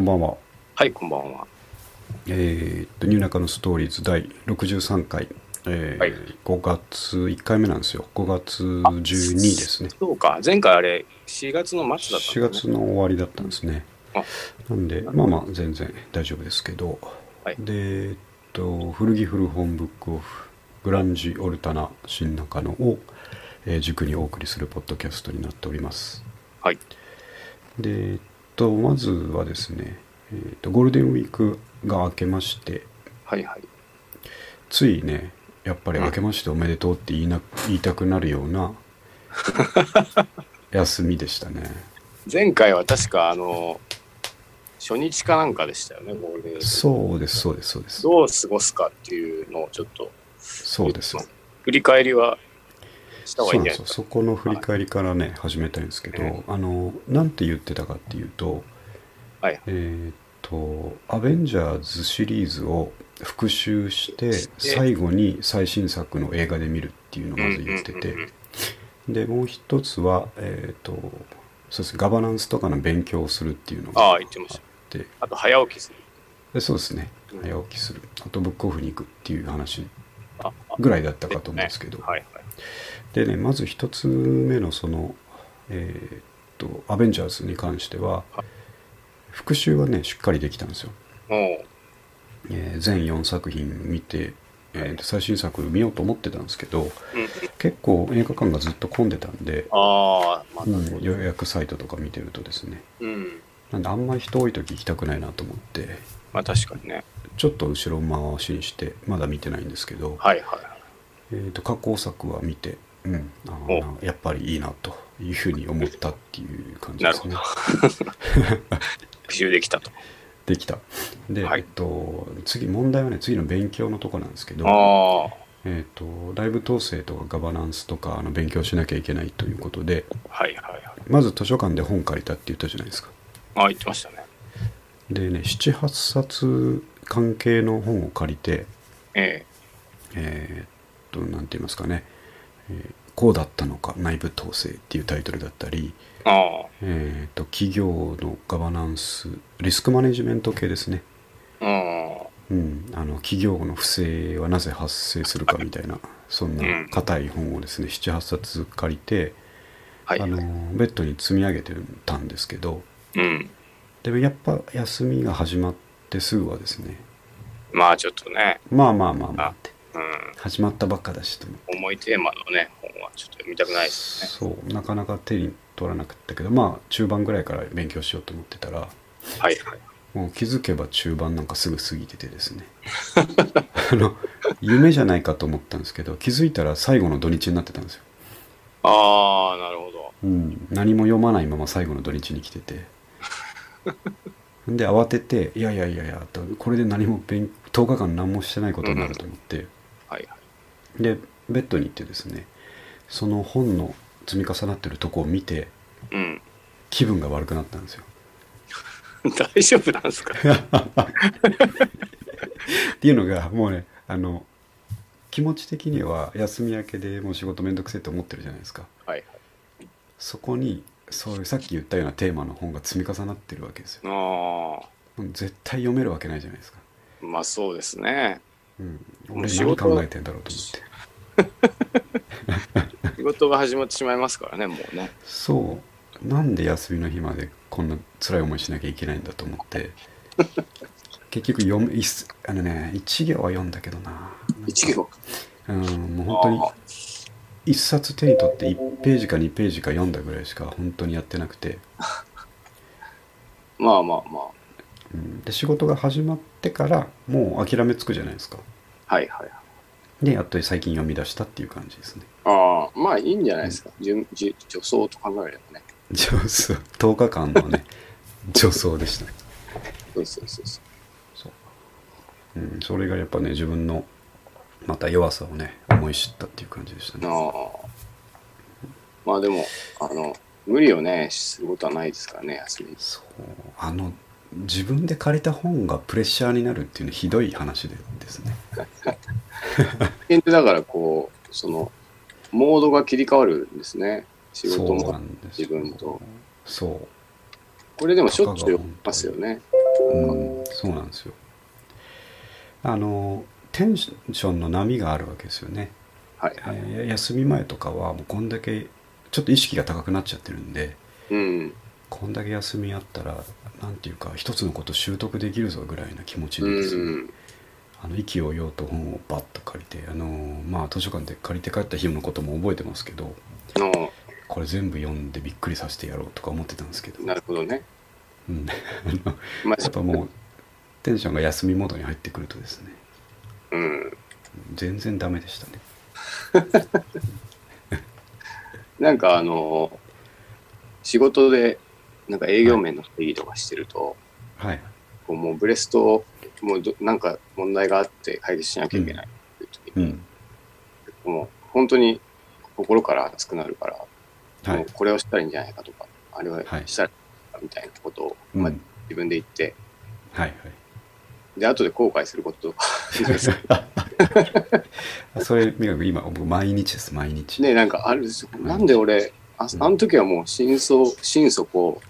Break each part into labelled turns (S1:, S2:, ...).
S1: ばんは。
S2: はい、こんばんは。
S1: えーっと、ニューナカのストーリーズ第63回、えー
S2: はい
S1: 5月1回目なんですよ。5月12ですね。
S2: そうか、前回あれ、4月の末だった
S1: 4
S2: んです
S1: 月
S2: ね。
S1: の終わりだったんですね
S2: あ。
S1: なんで、まあまあ、全然大丈夫ですけど。
S2: はい
S1: で、えーっと、古着古本ブックオフ、グランジオルタナ新中野を、えー塾にお送りするポッドキャストになっております。
S2: はい。
S1: で、えっと、まずはですね、えっと、ゴールデンウィークが明けまして、
S2: はいはい。
S1: ついね、やっぱり明けましておめでとうって言いな言いたくなるよう な休みでしたね。
S2: 前回は確か、あの、初日かなんかでしたよね、ゴールデンウィーク
S1: そうです、そうです、そうです。
S2: どう過ごすかっていうのをちょっと、
S1: そうです。
S2: 振り返りはした方
S1: そ
S2: が
S1: う
S2: いい
S1: なんん
S2: じゃ
S1: ですよ。
S2: ないですか。
S1: そこの振り返りからね、始めたいんですけ
S2: うん
S1: ど、あの、なんて言ってたかっていうと、
S2: はい
S1: えーっと、アベンジャーズシリーズを復習して、
S2: して
S1: 最後に最新作の映画で見るっていうのをまず言って
S2: うんうんうん
S1: て、で、もう一つは、えーっと、そうですね、ガバナンスとかの勉強をするっていうのが
S2: あ
S1: あ
S2: あ、
S1: っ
S2: 言ってました。
S1: て、
S2: あと、早起きする。
S1: でそうですね
S2: うん、
S1: 早起きする、あとブックオフに行くっていう話
S2: ああ
S1: ぐらいだったかと思うんですけど、
S2: はいはい。
S1: でねまず一つ目のそのえーっと「アベンジャーズ」に関しては
S2: は
S1: 復習はねしっかりできたんですよ、
S2: も
S1: えー全4作品見て、えー最新作見ようと思ってたんですけど
S2: う、うん、
S1: 結構映画館がずっと混んでたんで、
S2: ああ、また
S1: う
S2: そうん
S1: 予約サイトとか見てるとですね
S2: うん。
S1: なんであんまり人多い時行きたくないなと思って
S2: まあ、確かにね。
S1: ちょっと後ろ回しにしてまだ見てないんですけど、
S2: はいはい。
S1: えー、と過去作は見て、うん、あ
S2: お
S1: のやっぱりいいなというふうに思ったっていう感じ
S2: な
S1: で
S2: る
S1: す
S2: ほ
S1: ね
S2: ど。。復習できたと。
S1: できた。で、
S2: はい
S1: えっと、次、問題はね、次の勉強のとこなんですけど、
S2: あ
S1: えっと、ライブ統制とかガバナンスとかあの勉強しなきゃいけないということで、
S2: あ、はいはいはい。
S1: まず図書館で本借りたって言ったじゃないですか。
S2: ああ、言ってましたね。
S1: でね、7、8冊関係の本を借りて、
S2: え
S1: えーっと、なんて言いますかね、えーこうだったのか、内部統制っていうタイトルだったり、
S2: えあ
S1: えーっと、企業のガバナンス、リスクマネジメント系ですね。
S2: あ、う
S1: う
S2: ん。
S1: ん、あの企業の不正はなぜ発生するかみたいなそんな硬い本をですね78冊借りて、
S2: はい
S1: あ
S2: はい。
S1: のベッドに積み上げてたんですけど
S2: うん。
S1: でもやっぱ休みが始まってすぐはですね
S2: まあ、ちょっとね、
S1: まあまあまあまあ
S2: あ
S1: って
S2: うん。
S1: 始まったばっかだしと思って
S2: 重いテーマのね、本はちょっと読みたくないですね。
S1: そうなかなか手に取らなかったけどまあ中盤ぐらいから勉強しようと思ってたら
S2: はいはい。
S1: もう気づけば中盤なんかすぐ過ぎててですねあの夢じゃないかと思ったんですけど気づいたら最後の土日になってたんですよ
S2: ああ、なるほど。
S1: うん、何も読まないまま最後の土日に来ててで慌てて「いやいやいやいや」とこれで何も勉10日間何もしてないことになると思って、
S2: はいはい。
S1: でベッドに行ってですねその本の積み重なってるとこを見て
S2: うん。
S1: 気分が悪くなったんですよ
S2: 大丈夫なんですか
S1: っていうのがもうねあの気持ち的には休み明けでもう仕事めんどくせえって思ってるじゃないですか
S2: はいはい。
S1: そこにそういうさっき言ったようなテーマの本が積み重なってるわけですよ
S2: あ
S1: 絶対読めるわけないじゃないですか
S2: あ、まあそうですね。
S1: うん、
S2: もう
S1: 俺
S2: 仕
S1: 何
S2: 事
S1: 考えてんだろうと思って
S2: 仕事が始まってしまいますからね、もうね。
S1: そうなんで休みの日までこんな辛い思いしなきゃいけないんだと思って 結局読むいっすあのね一行は読んだけどな
S2: 一行。
S1: うんもう本当に
S2: あ
S1: 一冊手に取って1ページか2ページか読んだぐらいしか本当にやってなくて、
S2: まあまあまあ。
S1: うん、で仕事が始まってからもう諦めつくじゃないですか
S2: はいはい。
S1: でやっと最近読み出したっていう感じですね
S2: ああ、まあいいんじゃないですか。順じ助走と考えればね。
S1: 上走10日間の ね助走でしたね
S2: そうそうそうそう。
S1: そう、うん、それがやっぱね自分のまた弱さをね思い知ったっていう感じでしたね
S2: ああまあでもあの無理をねすることはないですからね休み
S1: そうあの自分で借りた本がプレッシャーになるっていうのはひどい話でですね
S2: 人間ってだからこうそのモードが切り替わるんですね仕事
S1: そうな
S2: も
S1: んです
S2: 自分と
S1: そう
S2: これでもしょっちゅうやりますよね
S1: うん、そうなんですよあのテンションの波があるわけですよね、
S2: はい
S1: え
S2: はい。
S1: ー休み前とかはもうこんだけちょっと意識が高くなっちゃってるんで
S2: うん。
S1: こんだけ休みあったらなんていうか一つのこと習得できるぞぐらいな気持ち
S2: う
S1: でですね、
S2: ん。
S1: あの息をようと本をバッと借りてあのーまあ図書館で借りて帰った日のことも覚えてますけど
S2: の、
S1: これ全部読んでびっくりさせてやろうとか思ってたんですけど、
S2: なるほどね。
S1: うん、 あの
S2: ま
S1: やっぱもうテンションが休みモードに入ってくるとですね
S2: う。うん。
S1: 全然ダメでしたね
S2: なんかあの、仕事で、なんか営業面の会議とかしてると、
S1: はい
S2: こうもうブレスト、もうどなんか問題があって解決しなきゃいけないっていう時
S1: う
S2: に、
S1: ん
S2: もう本当に心から熱くなるから、
S1: は
S2: も、
S1: いう
S2: これをしたらいいんじゃないかとか、あれは
S1: はい
S2: したらいいかみたいなことを、
S1: うん、
S2: ま
S1: は
S2: あ
S1: い、
S2: 自分で言って、
S1: はい
S2: で、後で後悔することとか、
S1: あそれ美香君今僕毎日です毎日、
S2: ね、なんかあるんですよ。なんで俺、ああの時はもう真相、心底、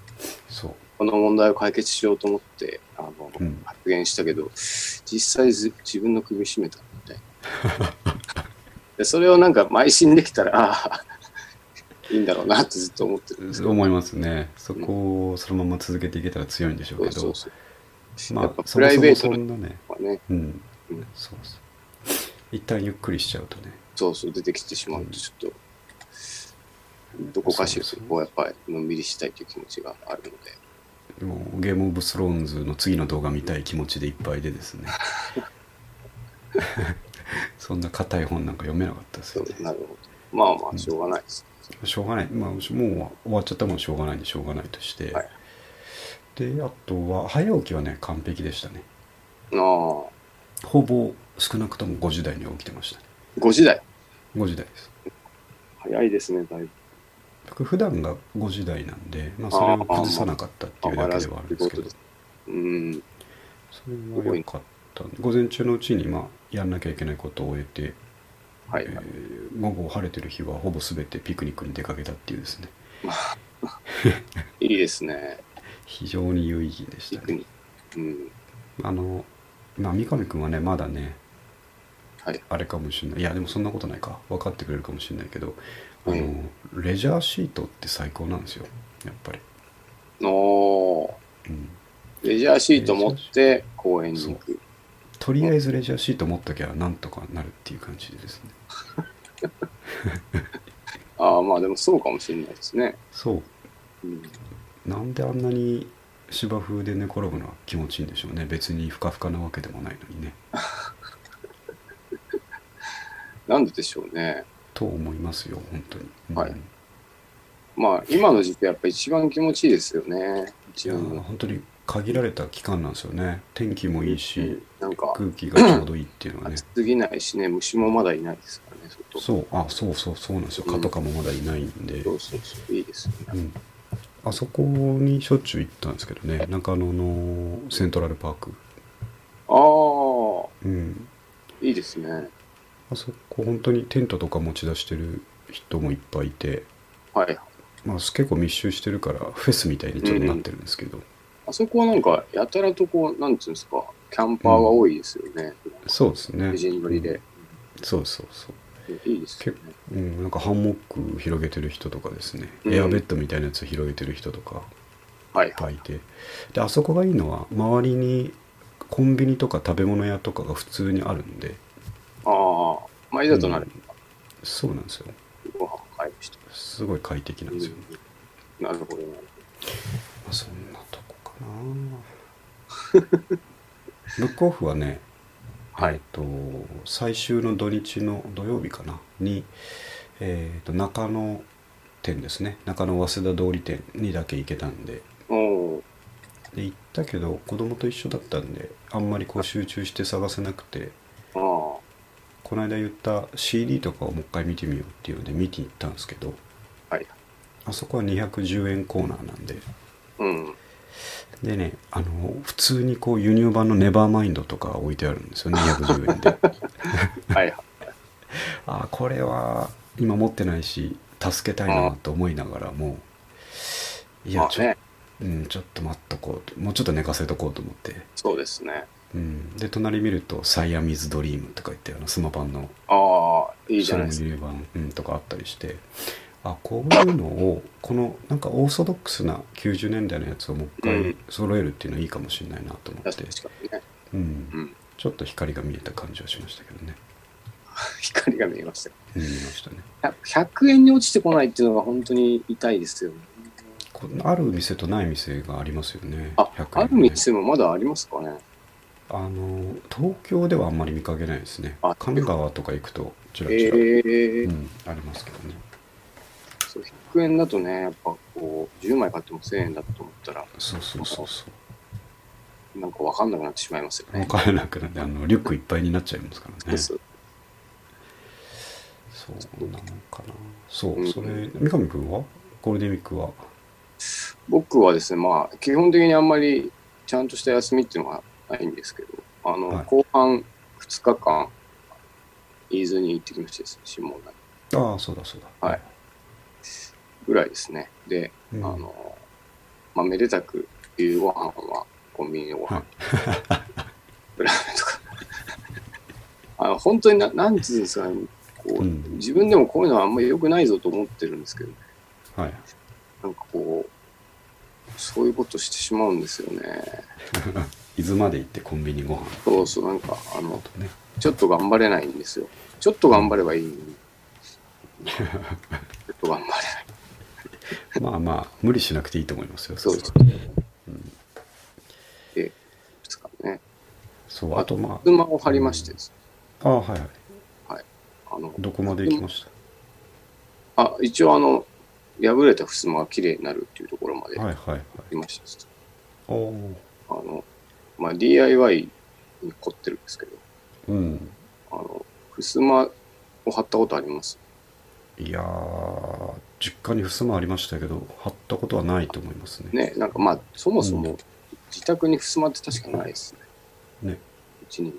S1: そう
S2: この問題を解決しようと思って、あの、
S1: うん
S2: 発言したけど、実際ず自分の首絞めたみたいな。でそれをなんか邁進できたら、ああ、いいんだろうなってずっと思ってるんです
S1: そう思いますねそこをそのまま続けていけたら強いんでしょう
S2: け
S1: け
S2: ど、
S1: ど
S2: そうそうそう。
S1: ま
S2: やっぱ
S1: あ
S2: プ
S1: そも
S2: ライ
S1: そ
S2: ベ
S1: も
S2: ート
S1: そ
S2: の
S1: んなね
S2: 方がね、
S1: うん、
S2: うん
S1: そうそう一旦ゆっくりしちゃうとね
S2: そうそう出てきてしまうと、ちょっと、どこかしら
S1: そうそう
S2: こうやっぱりのんびりしたいという気持ちがあるので、
S1: もうゲームオブスローンズの次の動画見たい気持ちでいっぱいでです ねそんな硬い本なんか読めなかったです
S2: そ
S1: よ
S2: う
S1: ね
S2: なるほど。まあまあ、しょうがないです。
S1: しょうがない、まあ、もう終わっちゃったもんしょうがないんでしょうがないとして、
S2: はい
S1: であとは早起きはね完璧でしたね
S2: あ
S1: ほぼ少なくとも5時台には起きてました、ね、
S2: あ、5時台。
S1: 5時台です
S2: 早いですね、だいぶ。
S1: 僕普段が5時台なんで、まあ、それを崩さなかったっていうだけではあるんですけど
S2: うん。
S1: それは良かった午前中のうちにまあやんなきゃいけないことを終えて、
S2: はい。
S1: えー午後晴れてる日はほぼ全てピクニックに出かけたっていうですね
S2: いいですね。
S1: 非常に有意義でし
S2: 行
S1: た
S2: く
S1: ね
S2: に。うん。
S1: あのまあ三上君はねまだね
S2: はい。
S1: あれかもしれないいやでもそんなことないか分かってくれるかもしれないけどあ
S2: う
S1: のレジャーシートって最高なんですよやっぱり、
S2: おー
S1: うん、
S2: レジャーシート持って公園に行く。
S1: とりあえずレジャーシート持っときゃなんとかなるっていう感じでですね
S2: ああ、まあでもそうかもしれないですね。
S1: そう
S2: うん、
S1: なんであんなに芝生で寝転ぶのは気持ちいいんでしょうね別にふかふかなわけでもないのにね
S2: なんででしょうね。
S1: と思いますよ本当に、うん
S2: はいまあ今の時期やっぱ一番気持ちいいですよね。一
S1: いや
S2: 番
S1: ー本当に限られた期間なんですよね天気もいいし、
S2: うんなんか
S1: 空気がちょうどいいっていうのはね
S2: 暑すぎないしね、虫もまだいないですからね、外。そ
S1: そうあそうそうそうなんですよ蚊とかもまだいないんで、
S2: うそうそう。いいですよ
S1: う
S2: ね。
S1: ん、あそこにしょっちゅう行ったんですけどね中野のセントラルパーク、
S2: あ
S1: うん、
S2: あ、いいですね。
S1: あそこ本当にテントとか持ち出してる人もいっぱいいて、
S2: はい。
S1: まあ、結構密集してるからフェスみたいにちょっとなってるんですけど、
S2: あそこはなんか、やたらとこう、なんていうんですか、キャンパーが多いですよね。
S1: そうですね
S2: 無人乗りで。
S1: そうそうそう
S2: いいですよね。
S1: うん、なんかハンモック広げてる人とかですね、
S2: うん
S1: エアベッドみたいなやつ広げてる人とか
S2: はいい
S1: っ。ぱいいてであそこがいいのは周りにコンビニとか食べ物屋とかが普通にあるんで
S2: ああ、まあ、いざとなれば、
S1: そうなんですよ
S2: ご飯を買いました。
S1: すごい快適なんですよ、
S2: うんなるほど、なる
S1: まあ、そんなとこかな ブックオフはね、
S2: はい
S1: えっと最終の土日の土曜日かなに、えっと中野店ですね中野早稲田通り店にだけ行けたんで
S2: ほど。おー
S1: で行ったけど子供と一緒だったんであんまりこう集中して探せなくて
S2: あ
S1: この間言った CD とかをもう一回見てみようっていうので見て行ったんですけど
S2: あ、はい。
S1: あそこは210円コーナーなんで
S2: うん。
S1: でねあの普通にこう輸入版の「ネバーマインド」とか置いてあるんですよ210円 で
S2: はいはい。
S1: ああこれは今持ってないし助けたいなと思いながらもいや
S2: まあ
S1: ちょっ
S2: ね、
S1: うん、ちょっと待っとこうともうちょっと寝かせとこうと思って、
S2: そうですね。
S1: うん、で隣見ると「サイアミズ・ドリーム」とか言ってあのスマパンの
S2: ああ、いいじ
S1: そ
S2: ゃ
S1: れ
S2: ない
S1: の
S2: です
S1: ビ
S2: か。
S1: レ版、うん、とかあったりしてあこういうのをこのなんかオーソドックスな90年代のやつをもう一
S2: う
S1: 回
S2: ん
S1: 揃えるっていうのはいいかもしれないなと思って、
S2: 確かにね。
S1: うん
S2: うん。
S1: ちょっと光が見えた感じはしましたけどね、
S2: 光が見えました。
S1: うん、見ましたね
S2: 100円に落ちてこないっていうのが本当に痛いですよね。
S1: こある店とない店がありますよね
S2: あ、
S1: 100円
S2: ある
S1: ね
S2: 店もまだありますかね。
S1: あの東京ではあんまり見かけないですね
S2: あ
S1: 神奈川とか行くとちら
S2: え
S1: ちら、
S2: え
S1: うん、ありますけどね
S2: そう100円だとね、やっぱこう、10枚買っても1000円だと思ったら、
S1: そうそうそうそ
S2: なんかわかんなくなってしまいますよ
S1: うもう
S2: ね。
S1: 帰らなくなってあのリュックいっぱいになっちゃいますからね
S2: そう
S1: そうなのかなそう、
S2: うん
S1: それ三上君はゴールデンウィークは
S2: 僕はですね、まあ、基本的にあんまりちゃんとした休みっていうのはないんですけど、あの、
S1: はい
S2: 後半2日間、伊豆に行ってきましたですね、下田
S1: ああそうだそうだ
S2: はい、ぐらいですね。で、
S1: うん
S2: あの、まあ、めでたく夕ご飯はコンビニのご飯、
S1: はい
S2: ラーメンとか。あの、本当にな、なんつうんですかね、こう、
S1: うん
S2: 自分でもこういうのはあんまり良くないぞと思ってるんですけど、
S1: はい、
S2: なんかこう、そういうことしてしまうんですよね。
S1: 伊豆まで行ってコンビニご飯
S2: そうそう、なんか、あの、
S1: とね
S2: ちょっと頑張れないんですよ。ちょっと頑張ればいいのに。 ちょっと頑張れない。
S1: まあまあ無理しなくていいと思いますよ
S2: そう
S1: れ
S2: で
S1: は
S2: すで、ですかね。
S1: そうあとまあ
S2: 車を張りましてですね、
S1: ああはいはい
S2: あの、
S1: どこまで行きました
S2: あ、一応あの、破れた襖が綺麗になるっていうところまで行
S1: はいはいはい
S2: きましたです、
S1: おお
S2: あの、まあ、DIY に凝ってるんですけど、
S1: うん
S2: あの、襖を張ったことあります
S1: いやー実家に襖ありましたけど貼ったことはないと思いますね
S2: ね、なんかまあ、そもそ
S1: うん
S2: も自宅に襖って確かないですね。
S1: ね。
S2: うちにも。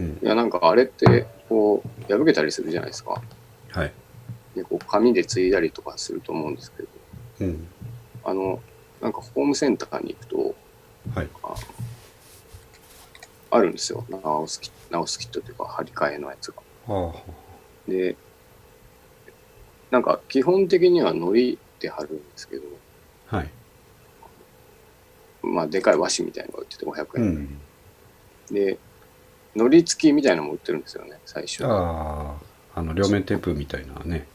S1: うん
S2: いや、なんかあれって、こう、破けたりするじゃないですか。
S1: はい
S2: で、こう、紙でついだりとかすると思うんですけど、
S1: うん
S2: あの、なんかホームセンターに行くと、
S1: はい
S2: ああるんですよ。直すキ直すキットというか、張り替えのやつが。
S1: ああ
S2: で、なんか基本的には糊で貼るんですけど、
S1: はい
S2: まあ、でかい和紙みたいなのが売ってて500
S1: う
S2: 円。
S1: ん
S2: で、糊付きみたいなのも売ってるんですよね、最初。あ
S1: あああの両面テープみたいなね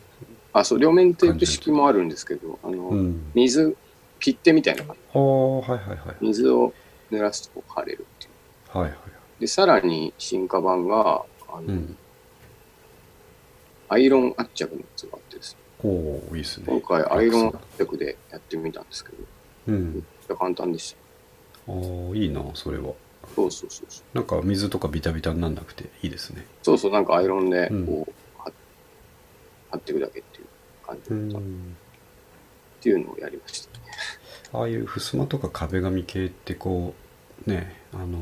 S2: そう、両面テープ式もあるんですけど、あの、
S1: うん
S2: 水、切手みたいな感じ。
S1: ああはいはいはい
S2: 水を濡らすとこう貼れるっていう。
S1: はいはい
S2: で、さらに進化版が、あの、
S1: うん
S2: アイロン圧着のやつがあってですね。
S1: おおいいですね
S2: 今回アイロン圧着でやってみたんですけど、
S1: うん
S2: めっちゃ簡単でし
S1: ああいいなそれは
S2: た。そうそうそうそう。
S1: なんか水とかビタビタになんなくていいですね
S2: そうそう、なんかアイロンで、こう、
S1: うん
S2: 貼っ貼っていくだけっていう感じ
S1: う
S2: だったっ
S1: ん
S2: ていうのをやりました。
S1: ああいう襖とか壁紙系ってこうねあのー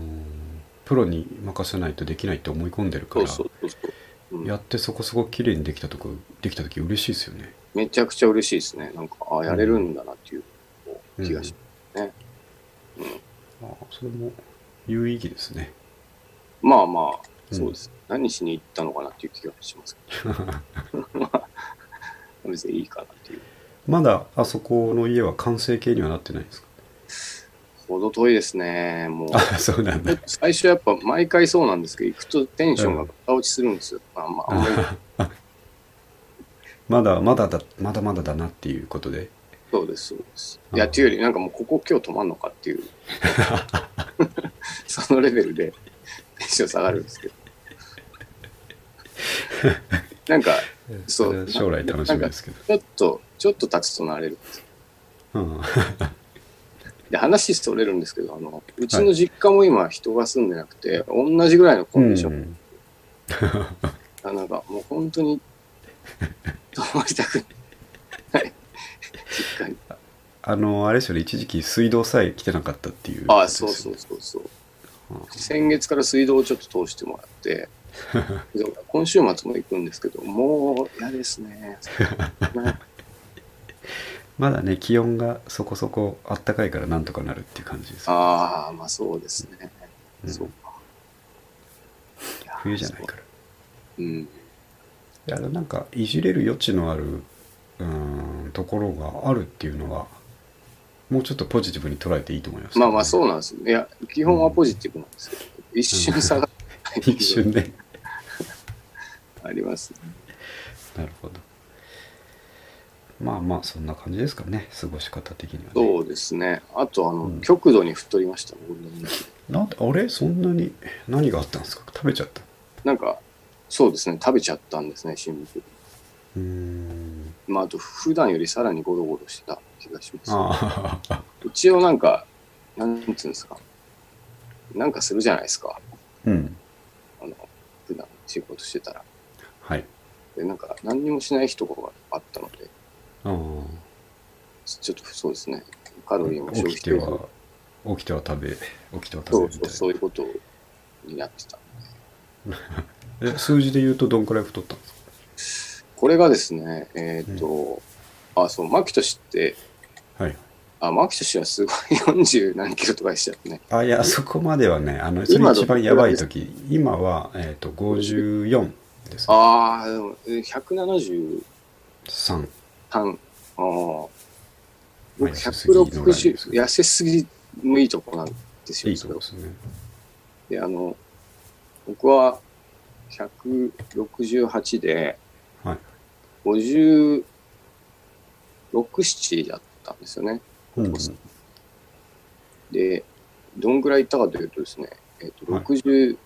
S1: プロに任せないとできないって思い込んでるか
S2: そ
S1: ら
S2: うそうそうそう、うん
S1: やってそこそこ綺麗にできたとこできた時嬉しいですよね
S2: めちゃくちゃ嬉しいですね。なんか、ああ、やれるんだなっていうこう
S1: うん
S2: 気がしますね。
S1: ああそれも有意義ですね
S2: まあまあ、
S1: うん
S2: そうです。何しに行ったのかなっていう気がしますけど、別にいいかなっていう。
S1: まだあそこの家は完成形にはなってないですか
S2: ほど遠いですね。もう、
S1: あそうなんだ
S2: 最初やっぱ毎回そうなんですけど、行くとテンションがガタ落ちするんですよ。まあまあ、あんまり
S1: まだまだだまだまだだなっていうことで
S2: そうです、そうです。
S1: あー
S2: いや、というより、なんかもう、ここ今日止まんのかって いう、そのレベルで、テンション下がるんですけど。なんか、そう
S1: れは将来楽しみですけど
S2: ちょっと、ちょっと経つとなれるんですよ
S1: うん
S2: で、話それるんですけど、あの、うちの実家も今、人が住んでなくて、同じぐらいのコンディション。
S1: うん
S2: あなんか、もう本 当に、泊まりたくない。 実家に。
S1: あのあれですよね一時期水道さえ来てなかったっていう
S2: ああ、そうそうそうそう。
S1: うん
S2: 先月から水道をちょっと通しても らって、で今週 末も行くんですけど、もう嫌ですね。なんか
S1: まだね気温がそこそこあったかいからなんとかなるっていう感じです
S2: ああ、まあそうですね。
S1: うん
S2: そうか。いやー
S1: 冬じゃないから
S2: そううん。
S1: いやでもなんかいじれる余地のあるうーんところがあるっていうのはもうちょっとポジティブに捉えていいと思います、
S2: まあまあそううなんですよ。いや、基本はポジティブなんですけど、一瞬差が
S1: 一瞬で
S2: ありますね。
S1: なるほどまあまあそんな感じですかね過ごし方的には、ね、
S2: そうですね。あと、あの、
S1: うん
S2: 極度に太りました、僕の時
S1: なんであれそんなに何があったんですか食べちゃった
S2: なんか、そうですね、食べちゃったんですね、新聞。
S1: うーん
S2: まあ、あと、普段よりさらにゴロゴロしてた気がしま
S1: ああ
S2: す。一応なんか、なんていうんですか、なんかするじゃないですか、
S1: うん
S2: あの、普段仕事してたら。
S1: はい
S2: で、なんか、何にもしない日とかがあったので、
S1: ああ
S2: ちょっとそうですね、カロリーも消
S1: 起
S2: 費
S1: きては起きては食べ起きては食
S2: そ
S1: べ
S2: う
S1: るみ
S2: そう、
S1: たい
S2: そういうことになってた。
S1: なえ数字で言うとどんくらい太ったんですか
S2: これがですね、えっ、と、あ、そう、牧キ氏って、
S1: はい
S2: あ、牧キ氏はすごい 40何キロとかでしたよね。
S1: あいやそこまではねあのそれ
S2: 今
S1: 一番やばい時今は、えー、と54ですね
S2: ああ、でも、えー173。
S1: 3
S2: ああ。
S1: ま
S2: 僕
S1: あ痩せすぎのラインです
S2: 160、
S1: ね
S2: 痩せすぎもいいとこなんですよ。
S1: いいとこですね
S2: で、あの、僕は168で、
S1: はい
S2: 56、7だったんですよね。
S1: うん
S2: こで、どんぐらい行ったかというとですね、えっ、と、
S1: はい
S2: 60、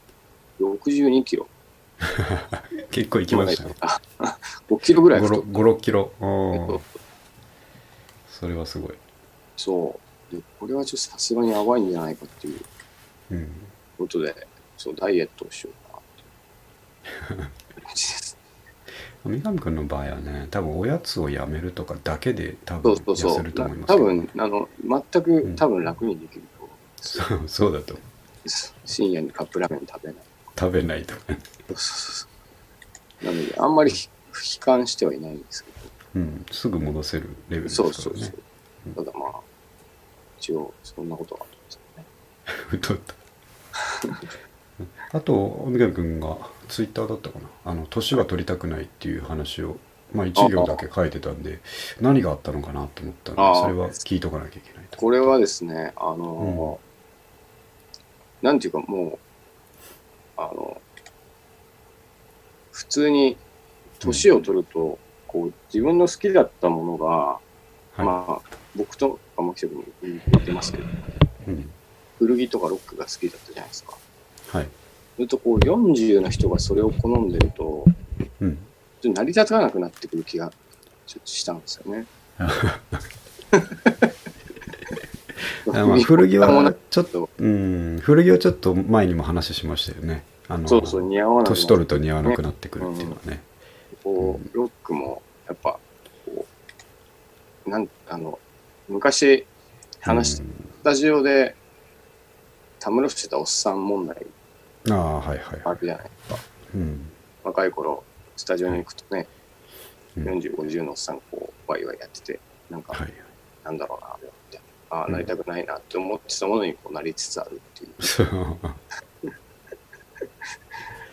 S2: 62キロ。
S1: 結構いきま したね
S2: あ5キロぐらい太っ
S1: 56キロお
S2: えっ
S1: ー
S2: と
S1: それはすごい、
S2: そう。で、これはちょっとさすがにやばいんじゃないかっていう
S1: うん、
S2: ことで、そう、ダイエットをしようか なと。
S1: 三上君の場合はね多分おやつをやめるとかだけで多
S2: そ
S1: 分
S2: うそ
S1: 痩
S2: うそ
S1: せ
S2: う。
S1: ると思い
S2: な
S1: ます
S2: 多
S1: けど
S2: 分、あの、全く
S1: ん
S2: 多分楽にできると思う。
S1: そう そうだと思う
S2: 深夜にカップラーメン食べない。
S1: 食べないとか
S2: そうそうそう。なので、あんまりひ悲観してはいないんですけ
S1: うん、すぐ戻せるレベル
S2: ど。
S1: ですか
S2: そ
S1: らね
S2: うそうそう。ただまあ、一応、そんなことがあったんですよね。
S1: 太った あと三上君がツイッターだったかなあの年は取りたくないっていう話をまあ1行だけ書いてたんで何があったのかなと思ったんで
S2: あー
S1: それは聞いとかなきゃいけないと
S2: これはですね、あの、なんていうかもう、あの、普通に年を取ると、こう、自分の好きだったものが、
S1: はい、
S2: まあ、僕とか牧瀬君に言ってますけど、
S1: うん
S2: 古着とかロックが好きだったじゃないですか。
S1: はい
S2: それとこう、40の人がそれを好んでると、
S1: うん、
S2: ちょっと成り立たなくなってくる気がちょっとしたんですよね。
S1: あ まあ古着はちょっ
S2: そ
S1: とうん古着はちょっと前にも話しましたよねあの
S2: そうそう、似合わない。
S1: 年取ると似合わなくなってくるっていうのはね
S2: こう、ロックも、やっぱ、こう、なん、あの、昔、話し、
S1: うん
S2: スタジオで、たむろしてたおっさん問題
S1: ああはいはい
S2: あるじゃない。
S1: うん
S2: 若い頃、スタジオに行くとね、
S1: うん
S2: 40、50のおっさん、こう、ワイワイやってて、なんか、
S1: はい
S2: なんだろうな、って、あ
S1: う
S2: あ、
S1: ん
S2: なりたくないなって思ってたものに、こう、なりつつあるっていう。
S1: そう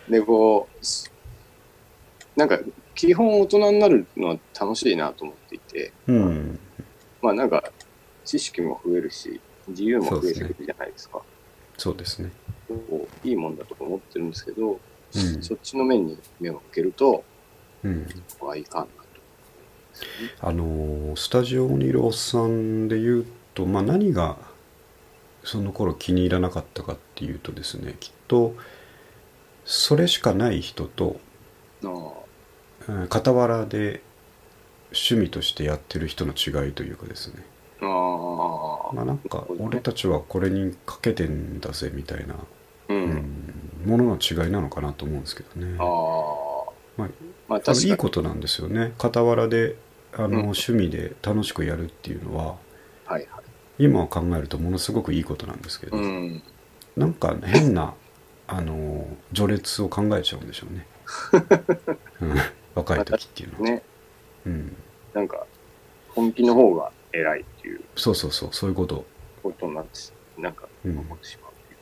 S2: で、こう、すなんか、基本大人になるのは楽しいなと思っていて、
S1: うん
S2: まあなんか、知識も増えるし、自由も増えてくるじゃないですか。
S1: そうですね
S2: こういいもんだと思ってるんですけど、
S1: うん
S2: そっちの面に目を向けると、
S1: うん
S2: ここはいかんなと。
S1: あのースタジオにいるおっさんで言うと、まあ、何がその頃気に入らなかったかっていうとですねきっとそれしかない人と、
S2: あ
S1: うん傍らで趣味としてやってる人の違いというかですね、
S2: あ、ああ、
S1: まあ、なんか俺たちはこれにかけてんだぜみたいな、
S2: うん。
S1: うんものの違いなのかなと思うんですけどね。
S2: あ
S1: まあ
S2: あ。まあ
S1: あの
S2: 確か
S1: いい
S2: に、
S1: ことなんですよね傍らであの、
S2: うん
S1: 趣味で楽しくやるっていうのは
S2: はいはい。
S1: 今を考えるとものすごくいいことなんですけど、
S2: うん。
S1: なんか変なあの序列を考えちゃうんでしょう ね、うん、若い時っていうのは、
S2: ね、
S1: うん、
S2: なんか、本気の方が偉いっていう
S1: そうそうそうそういうこと
S2: ことになってし、なんか
S1: うん
S2: 思ってしまうっていう。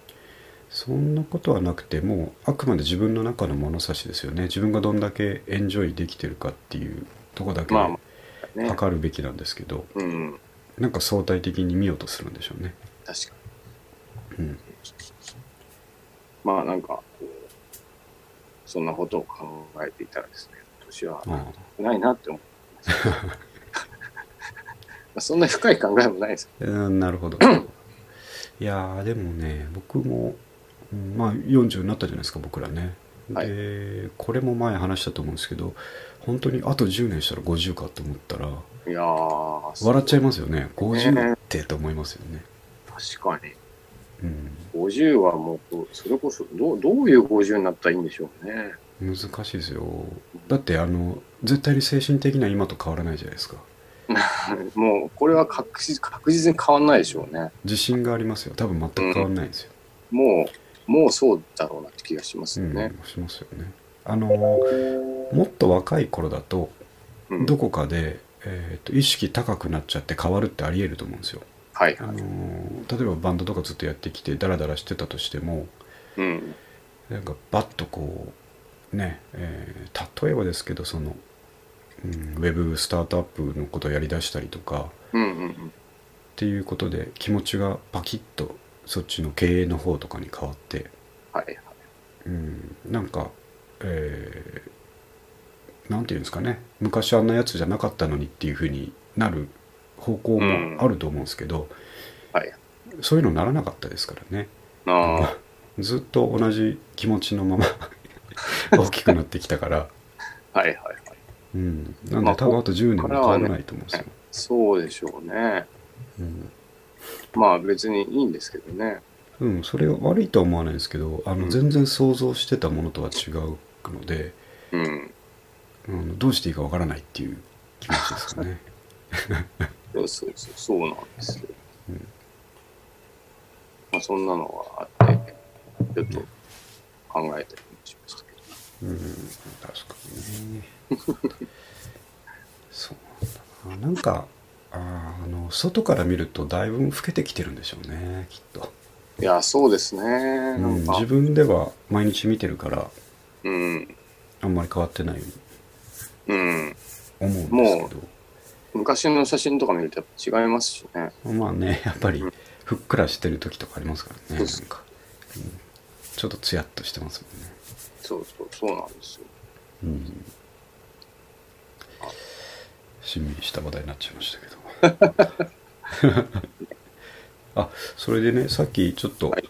S1: そんなことはなくてもうあくまで自分の中の物差しですよね自分がどんだけエンジョイできてるかっていうとこだけ
S2: まあまあ、ね。
S1: 測るべきなんですけど、
S2: うん、
S1: なんか相対的に見ようとするんでしょうね
S2: 確かに。
S1: うん
S2: まあなんか、こうそんなことを考えていたらですね、年は
S1: あ
S2: ないなって思って ます。まあそんな深い考えもないです
S1: あうんなるほどいやーでもね僕も、うんまあ40になったじゃないですか僕らねで、
S2: は
S1: これも前話したと思うんですけど本当にあと10年したら50かと思ったら
S2: けど。いやー、
S1: 笑っちゃい
S2: ま
S1: ますよね50ってと思いますよね、
S2: す。確かに。
S1: うん
S2: 50はもうこう、それこそ、どう、どういう50になったらいいんでしょうね。
S1: 難しいですよだってあの絶対に精神的な今と変わらないじゃないですか
S2: もう、これは確実確実に変わんないでしょうね。
S1: 自信がありますよ多分全く変わらないですよ、
S2: もう、もうそうだろうなって気がします
S1: う
S2: よ
S1: ん
S2: ね。
S1: しますよねあのもっと若い頃だと
S2: うん
S1: どこかで、えーと意識高くなっちゃって変わるってありえると思うんですよ、
S2: はい
S1: あ
S2: は
S1: の
S2: い。
S1: 例えばバンドとかずっとやってきてダラダラしてたとしても
S2: うん。
S1: なんかバッとこうね、えー例えばですけどその、うん、ウェブスタートアップのことをやりだしたりとか、
S2: うんうんうん。
S1: っていうことで気持ちがパキッとそっちの経営の方とかに変わって、
S2: はいはい。
S1: うん、なんか、えーなんていうんですかね昔あんなやつじゃなかったのにっていうふうになる方向もあると思うんですけど、
S2: はい。
S1: そういうのならなかったですからね
S2: ああ、
S1: ずっと同じ気持ちのまま 大きくなってきたから、
S2: はいはいはい。
S1: うん、なんで
S2: まあ
S1: 多分あと10年も変わらないと思うんですよ。
S2: そうでしょうね。
S1: うん
S2: まあ別にいいんですけどね。
S1: うん、それは悪いとは思わないんですけどあ
S2: う
S1: の
S2: ん
S1: 全然想像してたものとは違うので、
S2: うん。
S1: うん、どうしていいかわからないっていう気持ちですかね。
S2: そうそうそう、そうなんですよ。
S1: うん
S2: まあそんなのがあって、ちょっと考えたりもしましたけど。
S1: うん、確かにね。そうなんだな。なんかあーあの外から見るとだいぶ老けてきてるんでしょうねきっと、
S2: いや、そうですね。
S1: う。
S2: なんんか
S1: 自、分では毎日見てるから
S2: うん。
S1: あんまり変わってないよ
S2: うん。
S1: うに思うんです
S2: 昔の写真とか見るとやっぱ違いますしね。
S1: けどまあねやっぱり
S2: うん
S1: ふっくらしてる時とかありますからね
S2: そ
S1: な
S2: うんそう
S1: か、うんちょっとツヤっとしてますもんね。
S2: そうそう、そうなんですよ。
S1: うんしんみりした話題になっちゃいましたけど あそれでねさっきちょっと
S2: はい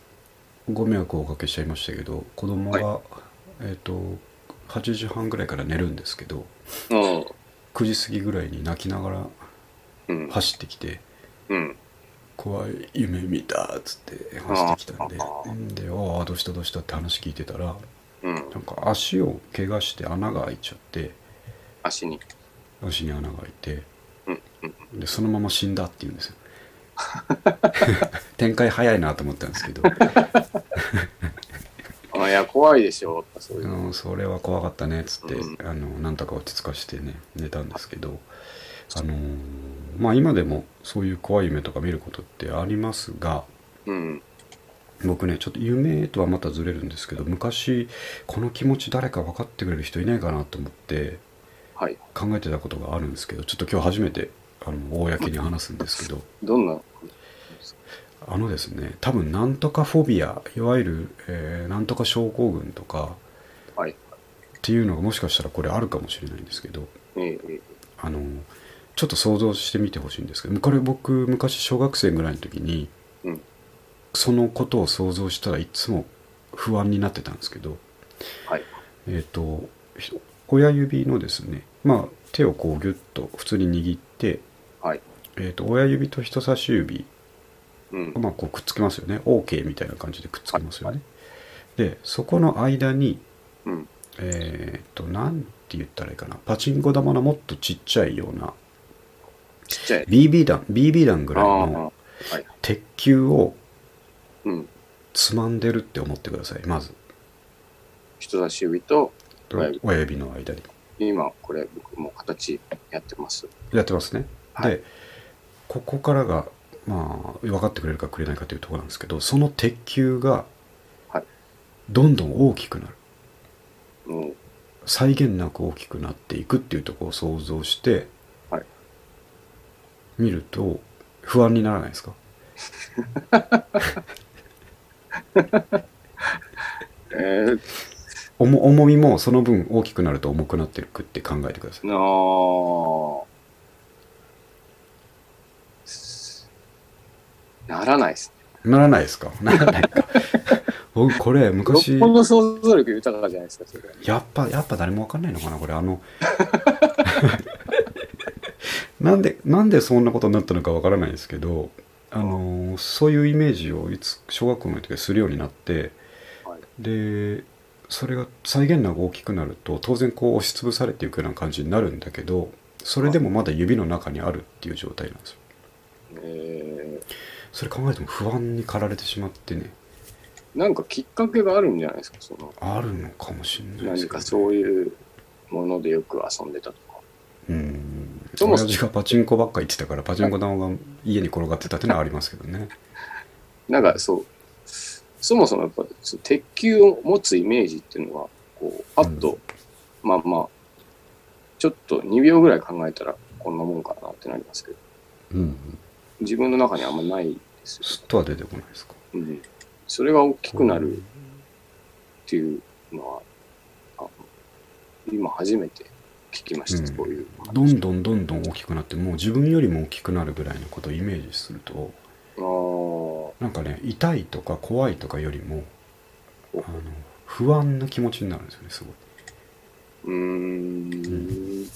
S1: ご迷惑をおかけしちゃいましたけど子供が、えっ、と8時半ぐらいから寝るんですけど9時過ぎぐらいに泣きながら
S2: うん。うん。
S1: 走ってきて
S2: うん。
S1: 「怖い夢見た」っつって走ってきたんで
S2: あー
S1: で「ああどうしたどうした」って話聞いてたら
S2: うん
S1: な。んか足を怪我して穴が開いちゃって
S2: 足に。
S1: 足に穴が開いて。
S2: うん。うん。
S1: でそのまま死んだって言うんですよ 展開早いなと思ったんですけど
S2: あいや、怖いでしょ。やっぱそういう
S1: あ
S2: の。
S1: のそれは怖かったねっつって、
S2: うん
S1: あのなんとか落ち着かしてね寝たんですけどあのーまあ今でもそういう怖い夢とか見ることってありますが
S2: うん。
S1: 僕ねちょっと夢とはまたずれるんですけど昔この気持ち誰か分かってくれる人いないかなと思って
S2: はい。
S1: 考えてたことがあるんですけどちょっと今日初めてあの公に話すんですけど
S2: どんな、
S1: あのですね多分なんとかフォビアいわゆる、えーなんとか症候群とか
S2: はい。
S1: っていうのがもしかしたらこれあるかもしれないんですけど
S2: ええええ
S1: あのちょっと想像してみてほしいんですけどこれ僕昔小学生ぐらいの時に
S2: うん。
S1: そのことを想像したらいつも不安になってたんですけど
S2: はい。
S1: えっ、とひ親指のですねまあ手をこうギュッと普通に握って、
S2: はい。
S1: えー、と親指と人差し指
S2: うん。
S1: まあ、こうくっつけますよね OK みたいな感じでくっつけますよね、でそこの間に
S2: うん。
S1: えっ、となんて言ったらいいかなパチンコ玉のもっとちっちゃいような
S2: ちっちゃい。
S1: BB 弾 BB 弾ぐ
S2: あ
S1: らい
S2: あ。
S1: の
S2: はい。
S1: 鉄球を
S2: うん。
S1: つまんでるって思ってくださいまず
S2: 人差し指と、はい
S1: 親指の間に
S2: 今、これ、僕もう形やってます。
S1: やってますね、
S2: はい
S1: でここからが、まあ、分かってくれるかくれないかというところなんですけどその鉄球が
S2: はい
S1: どんどん大きくなる
S2: うん。
S1: 際限なく大きくなっていくっていうところを想像して、
S2: はい
S1: 見ると不安にならないですか
S2: えー、
S1: 重重みもその分大きくなると重くなっていくって考えてください
S2: なあ。ならないですね。
S1: ならないですかならないか僕これ
S2: よっ
S1: 昔
S2: ぽど想像力豊かじゃないですか、それは。
S1: やっぱやっぱ誰もわかんないのかなこれあの なんでなんでそんなことになったのかわからないですけどあのそういうイメージをいつ小学校の時にするようになって、
S2: はい
S1: でそれが際限なく大きくなると当然こう押しつぶされていくような感じになるんだけどそれでもまだ指の中にあるっていう状態なんですよ
S2: え
S1: それ考えても不安に駆られてしまってね
S2: ー、なんかきっかけがあるんじゃないですか、その、
S1: あるのかもしれないです
S2: 何
S1: けど
S2: かそういうものでよく遊んでたとか。
S1: うん
S2: そもそも
S1: 親父がパチンコばっか行ってたからパチンコ玉が家に転がってたってのはありますけどね
S2: なんかそう、そもそもやっぱ、そう鉄球を持つイメージっていうのは、こう、パッと、まあまあ、ちょっと2秒ぐらい考えたら、こんなもんかなってなりますけど、
S1: うん
S2: 自分の中にあんまないですよ。
S1: すっとは出てこないですか
S2: うん。それが大きくなるっていうのは、あの今初めて聞きました、
S1: うん
S2: こういう
S1: どんどんどんどん大きくなってもう自分よりも大きくなるぐらいのことをイメージすると
S2: 話。
S1: なんかね痛いとか怖いとかよりもあ
S2: お
S1: の不安な気持ちになるんですよねすごい
S2: ああ、うーん。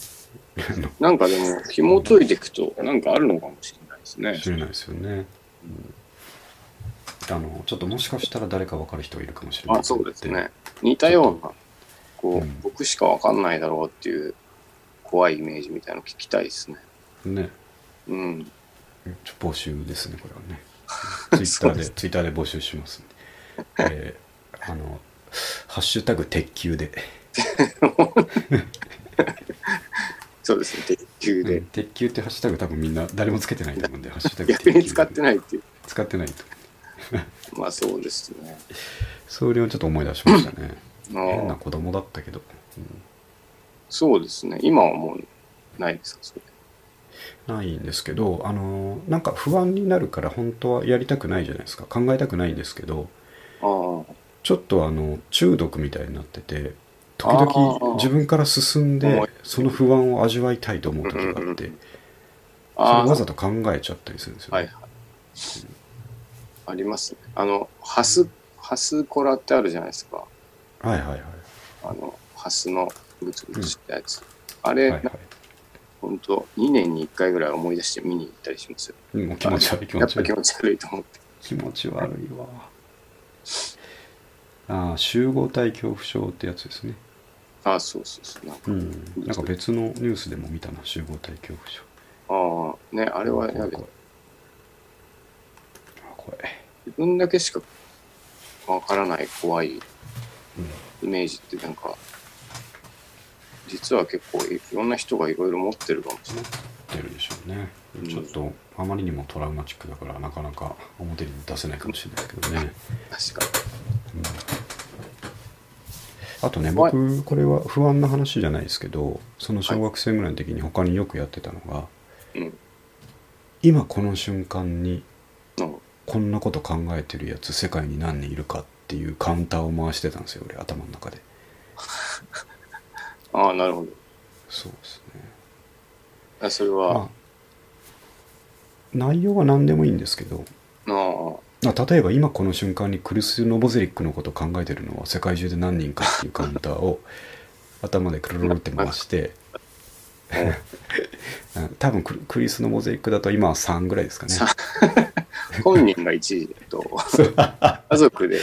S1: あの
S2: なんかでも、紐解いていくと、なんかあるのかもしれないですね。
S1: 知れないですよね、あのちょっともしかしたら誰か分かる人がいるかもしれない
S2: あそうですね。似たような、こう、
S1: うん
S2: 僕しかわかんないだろうっていう怖いイメージみたいなの聞きたいですね。
S1: ね
S2: うん。
S1: ちょ募集ですねこれは ねツイッタ
S2: そ
S1: ー
S2: うで
S1: ですツイッターで募集しますんで、えーあの「ハッシュタグ鉄球で」
S2: そうですね。鉄球
S1: う
S2: で
S1: ん。鉄球ってハッシュタグ多分みんな誰もつけてないと思 うんで「ハッシュタグ
S2: 逆に使って
S1: い
S2: ないっていう。
S1: 使ってないと思う
S2: まあそうですね。
S1: それをちょっと思い出しましたね
S2: あ
S1: 変な
S2: ー
S1: 子供だったけど、うん
S2: そうですね。今はもうないですか、それ。
S1: ないんですけどあのなんか不安になるから本当はやりたくないじゃないですか考えたくないんですけど
S2: ああ。
S1: ちょっとあの中毒みたいになってて時
S2: あー
S1: 々自分から進ん
S2: 思
S1: で
S2: い
S1: その不安を味わいたいと思う時があって、
S2: うんうんうん
S1: それ
S2: あ
S1: わ
S2: あ
S1: ざと考えちゃったりするんですよ、
S2: はいはい。ありますね。あの、ハス、ハスコラってあるじゃないですか。
S1: はいはいはい
S2: あの、ハスのグツグツしたやつ。あ
S1: は
S2: れ、
S1: いはい
S2: 本当2年に1回ぐらい思い出して見に行ったりしますよ。
S1: もう気持ち悪い気
S2: や
S1: 持
S2: っ
S1: ち
S2: ぱ
S1: 悪
S2: 気
S1: い
S2: 持ち悪いと思って。
S1: 気持ち悪いわああ集合体恐怖症ってやつですね
S2: ああ、そうそうそう。なんか
S1: うんなんか別のニュースでも見たな集合体恐怖症
S2: ああ、ね、あ
S1: あ
S2: れはやべえ
S1: 怖いあ怖い
S2: 自分だけしかわからない怖い
S1: うん
S2: イメージってなんか、実は結構いろんな人がいろいろ持ってるかもしれない。
S1: 出るでしょうね、
S2: うん
S1: ちょっとあまりにもトラウマチックだからなかなか表に出せないかもしれないけどね、
S2: 確か
S1: うんあとね
S2: はい
S1: 僕これは不安な話じゃないですけどその小学生ぐらいの時に他によくやってたのが、
S2: に。うん。
S1: 今この瞬間に
S2: なんか
S1: こんなこと考えてるやつ世界に何人いるかっていうカウンターを回してたんですよ俺頭の中で
S2: ああ、なるほど
S1: そうですね
S2: あ。それ
S1: まあ
S2: は、
S1: 内容は何でもいいんですけど
S2: ああ、
S1: まあ例えば今この瞬間にクリス・ノボゼリックのことを考えてるのは世界中で何人かっていうカウンター を頭でくるるるって回してうん 多分クリクリス・ノボゼリックだと今は3ぐらいですかね
S2: さ本人が1位 と、家族で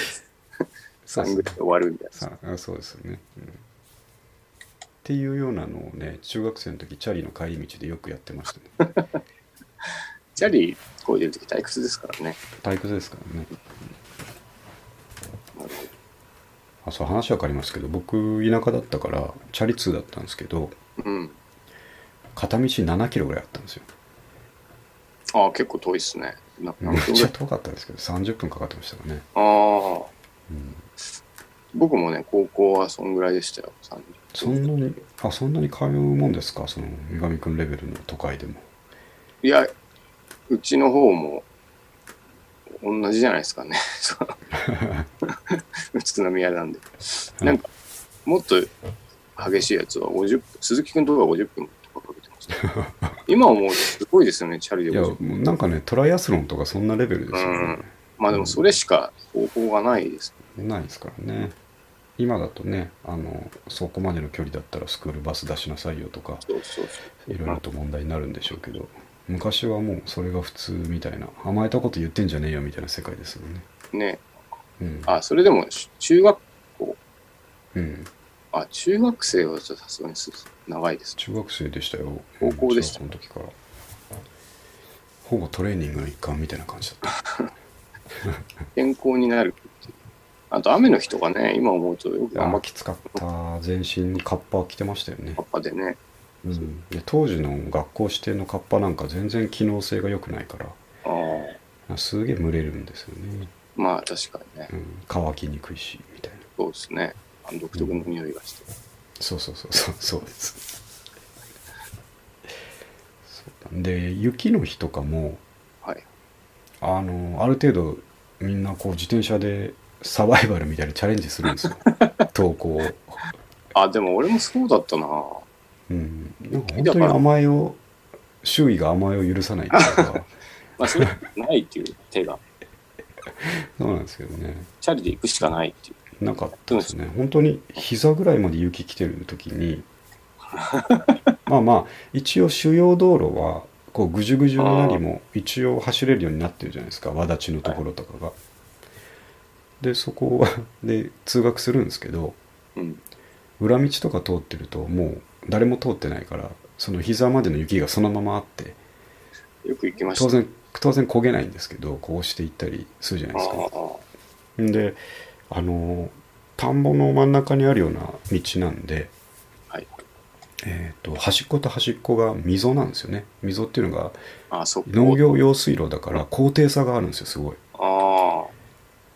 S1: そう
S2: 3
S1: そう
S2: ぐらいで終わるみたいな。
S1: さあそうですよね、うんっていうようなのをね中学生の時チャリの帰り道でよくやってましたね、
S2: チャリこいでるとき退屈ですからね。
S1: 退屈ですからね
S2: なる
S1: あそう話は変わりますけど僕田舎だったからチャリ通だったんですけど
S2: ほど。うん。
S1: 片道7キロぐらいあったんですよ
S2: ああ、結構遠いですね。な
S1: め
S2: 何
S1: っ
S2: 分ぐ
S1: ち
S2: ら
S1: ゃ
S2: い
S1: 遠かったんですけど30分かかってましたからね、
S2: ああ、
S1: うん、
S2: 僕もね、高校はそんぐらいでしたよ。30
S1: そんなにあそんなに通うもんですかその三上くんレベルの都会でも
S2: いや、うちの方も同じじゃないですかね。 そう宇都宮なんで。なんか、もっと激しいやつは50分、鈴木くんとか50分とかかけてました。 今思うとすごいですよね、チャリで
S1: いや
S2: 50
S1: も
S2: 分。
S1: うなんかねトライアスロンとかそんなレベルですよね、
S2: まあでもそれしか方法がないです。
S1: ないですからね今だとねあのそこまでの距離だったらスクールバス出しなさいよとか
S2: そうそう
S1: いろいろと問題になるんでしょうけど昔はもうそれが普通みたいな甘えたこと言ってんじゃねえよみたいな世界ですよね
S2: そう。ね
S1: うん
S2: あ、それでもし中学、
S1: うん
S2: あ、中学生はさすがにす長いですね。
S1: 中学生でしたよ
S2: 高校でした
S1: うん中学校の時からほぼトレーニングの一環みたいな感じだった
S2: 健康になるっていうあと雨の日とかね、今思うとよく
S1: あん
S2: 雨
S1: まきつかった全身にカッパ着てましたよね
S2: パ、パでね、
S1: うん、で当時の学校指定のカッパなんか全然機能性が良くないから
S2: ああ
S1: あすげえ蒸れるんですよね、
S2: まあ確かにね
S1: う、ん、乾きにくいしみたいな
S2: そうですね。あの独特の匂いがして。
S1: そうそうそうそうそうですそうで雪の日とかも
S2: はい。
S1: あのある程度みんなこう自転車でサバイバルみたいなチャレンジするんです よ登校を、
S2: あ、でも俺もそうだったな。
S1: うん、なんか本当に甘えを周囲が甘えを許さないっていう か
S2: まあそれないっていう手が、
S1: そうなんですけどね
S2: チャリで行くしかないっていう。
S1: なかったですね本当に膝ぐらいまで雪来てる時に まあまあ一応主要道路はこうぐじゅぐじゅになりも一応走れるようになってるじゃないですか輪立ちのところとかが。でそこはで通学するんですけど
S2: うん。
S1: 裏道とか通ってるともう誰も通ってないからその膝までの雪がそのままあって
S2: よく行きました。
S1: 当然当然焦げないんですけどこうしていったりするじゃない
S2: あ
S1: ですか。
S2: あ。
S1: であの田んぼの真ん中にあるような道なんで、
S2: はい。
S1: えー、と端っこと端っこが溝なんですよね溝っていうのが
S2: あ、そっ
S1: 農業用水路だから高低差があるんですよすごい、
S2: あ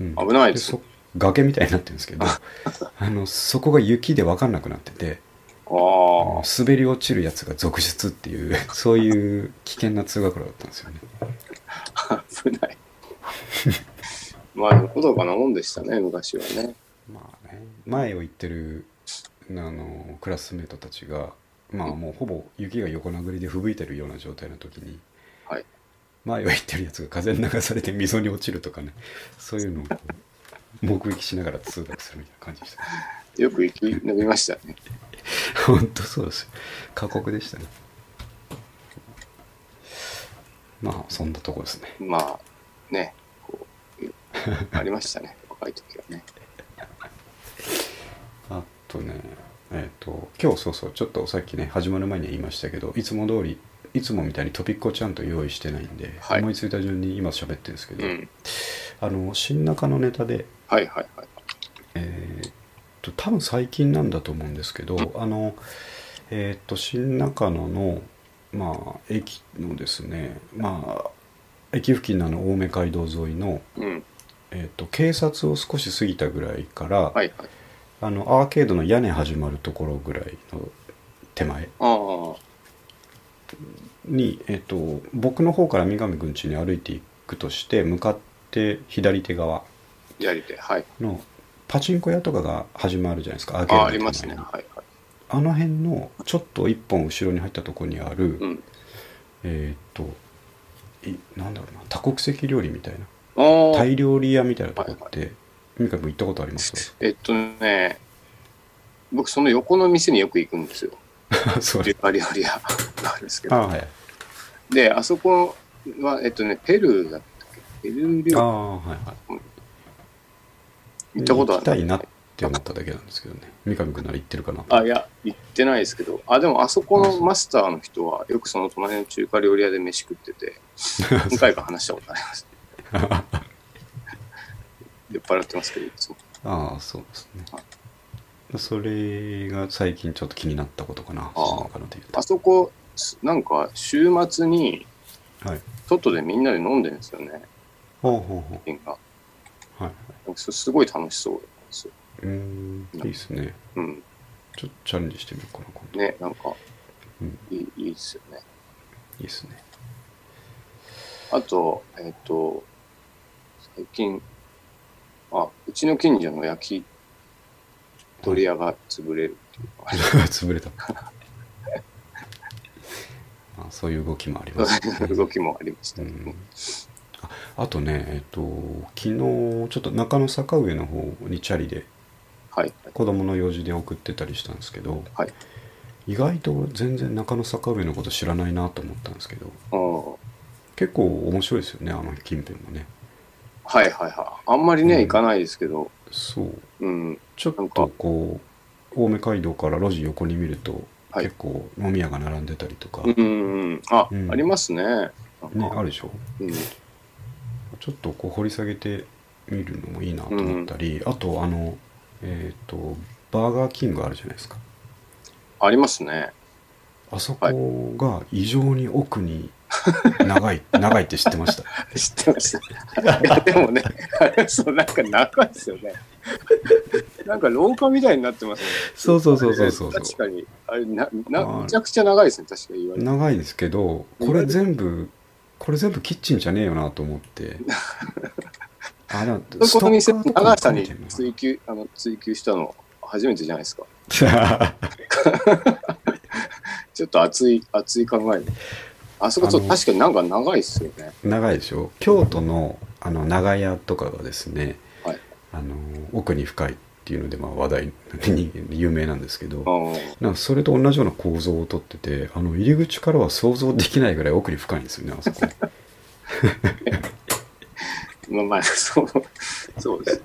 S1: うん
S2: あ。危ないです
S1: そ崖みたいになってるんです けどあのそこが雪で分かんなくなってて
S2: ああ。
S1: 滑り落ちるやつが続出っていう そういう危険な通学路だったんですよね
S2: 危ない。まあ、ほどかなもんでしたね、昔はね。
S1: まあね、前を行ってるあのクラスメートたちが、まあ、もうほぼ雪が横殴りで吹雪いてるような状態の時に、
S2: はい
S1: 前を行ってるやつが風に流されて溝に落ちるとかねそういうのをこう目撃しながら通学するみたいな感じでしたね
S2: よく生き延びましたね。
S1: 本当そうですよ過酷でしたねまあそんなとこですね
S2: まあ、ね、こう、ありましたね、 若い時はね。
S1: あとね、えっ、と、今日そうそう、ちょっとさっきね、始まる前に言いましたけど、いつも通り、いつもみたいにトピックをちゃんと用意してないんで、
S2: はい
S1: 思いついた順に今喋ってるんですけど、
S2: うん。
S1: あの、新中のネタで、
S2: はいはいはい。
S1: えーっと、多分最近なんだと思うんですけど、あの、えーっと、新中野の、まあ、駅のですね、まあ、駅付近のあの青梅街道沿いの、
S2: うん。
S1: えーっと、警察を少し過ぎたぐらいから、
S2: はいはい。
S1: あのアーケードの屋根始まるところぐらいの手前
S2: ああ。
S1: に、えっと僕の方から三上くん家に歩いていくとして向かって左手側
S2: やりて、はい。
S1: のパチンコ屋とかが始まるじゃないですかアーケード
S2: あ
S1: の
S2: あ
S1: 手
S2: り
S1: 前
S2: ますね。はいはい。
S1: あの辺のちょっと一本後ろに入ったところにある、
S2: うん。
S1: えっといなんだろうな多国籍料理みたいな
S2: ああ
S1: タ。イ料理屋みたいなとこって三上くん行ったことあり ます
S2: えっとね、僕その横の店によく行くんですよ。
S1: かそう
S2: デュカリアリア なんです け
S1: あ
S2: ど。
S1: はい
S2: で、あそこは、えっとね、ペルーだったっけペル
S1: あ
S2: ー料
S1: はいはい
S2: 理行ったこ
S1: 行
S2: とは
S1: きたいなって思っただけなんですけどね三上くんなら行ってるかな
S2: あ、いや、行ってないですけど。あ、でもあそこのマスターの人は、よくその隣の中華料理屋で飯食って て、何回か話したことあります。酔っ払ってますけど、いつも。
S1: ああそうですねそれが最近ちょっと気になったことかな
S2: あー
S1: 静岡ので言うと
S2: あそこ、すなんか週末に、
S1: はい
S2: 外でみんなで飲んでるんですよね、
S1: ほうほうほ
S2: 瓶が。
S1: うはい
S2: それすごい楽しそうなんですよ。
S1: うーんいいですね
S2: うん。
S1: ちょっとチャレンジしてみようかな今度
S2: ね、なんか
S1: うん、
S2: いい、いいですよね。
S1: いいですね
S2: あと、えっ、と、最近、あ、うちの近所の焼き鳥屋が潰れるっていうのが
S1: 潰れた まあそういう動きもありますね
S2: 動きもありました、
S1: う
S2: ね
S1: んああとね、えっと、昨日ちょっと中野坂上の方にチャリで
S2: はい。
S1: 子供の用事で送ってたりしたんですけど
S2: はい。
S1: 意外と全然中野坂上のこと知らないなと思ったんですけど
S2: あー
S1: 結構面白いですよねあの近辺もね
S2: はいはいはい。あんまりね、
S1: うん
S2: 行かないですけど、
S1: そう
S2: うん。
S1: ちょっとこう青梅街道から路地横に見ると、
S2: はい
S1: 結構飲み屋が並んでたりとか、
S2: うんうん。あ、
S1: うん
S2: ありますね。なんか
S1: ね、あるでしょ
S2: うん。
S1: ちょっとこう掘り下げてみるのもいいなと思ったり、あとあのえっ、とバーガーキングあるじゃないですか
S2: ありますね。
S1: あそこが異常に奥に長い、長いって知ってました
S2: 知ってました。いやでもね、 あれ、そう、なんか長いですよね。なんか廊下みたいになってますね。
S1: そうそうそうそうそう
S2: 確かに。あれ、な、な、
S1: はい
S2: めちゃくちゃ長いですね、確かに言われて。
S1: 長いですけどこれ全部これ全部キッチンじゃねえよなと思って あなんか
S2: そこの店の
S1: ストーカ
S2: 長
S1: ーとか
S2: さ
S1: も
S2: に
S1: 含めて
S2: 追求、あの、追求したの初めてじゃないですか。
S1: な
S2: ちょっと熱い、熱い考えで。あそこちょっと
S1: あの
S2: 確かになんか長いですよね。
S1: 長いでしょ京都のあの長屋とかがですね、
S2: はい
S1: あの奥に深いっていうので、まあ、話題に有名なんですけど
S2: うん。
S1: なんかそれと同じような構造をとっててあの入り口からは想像できないぐらい奥に深いんですよねあ そこ
S2: まあまあ、 そう、そうですね。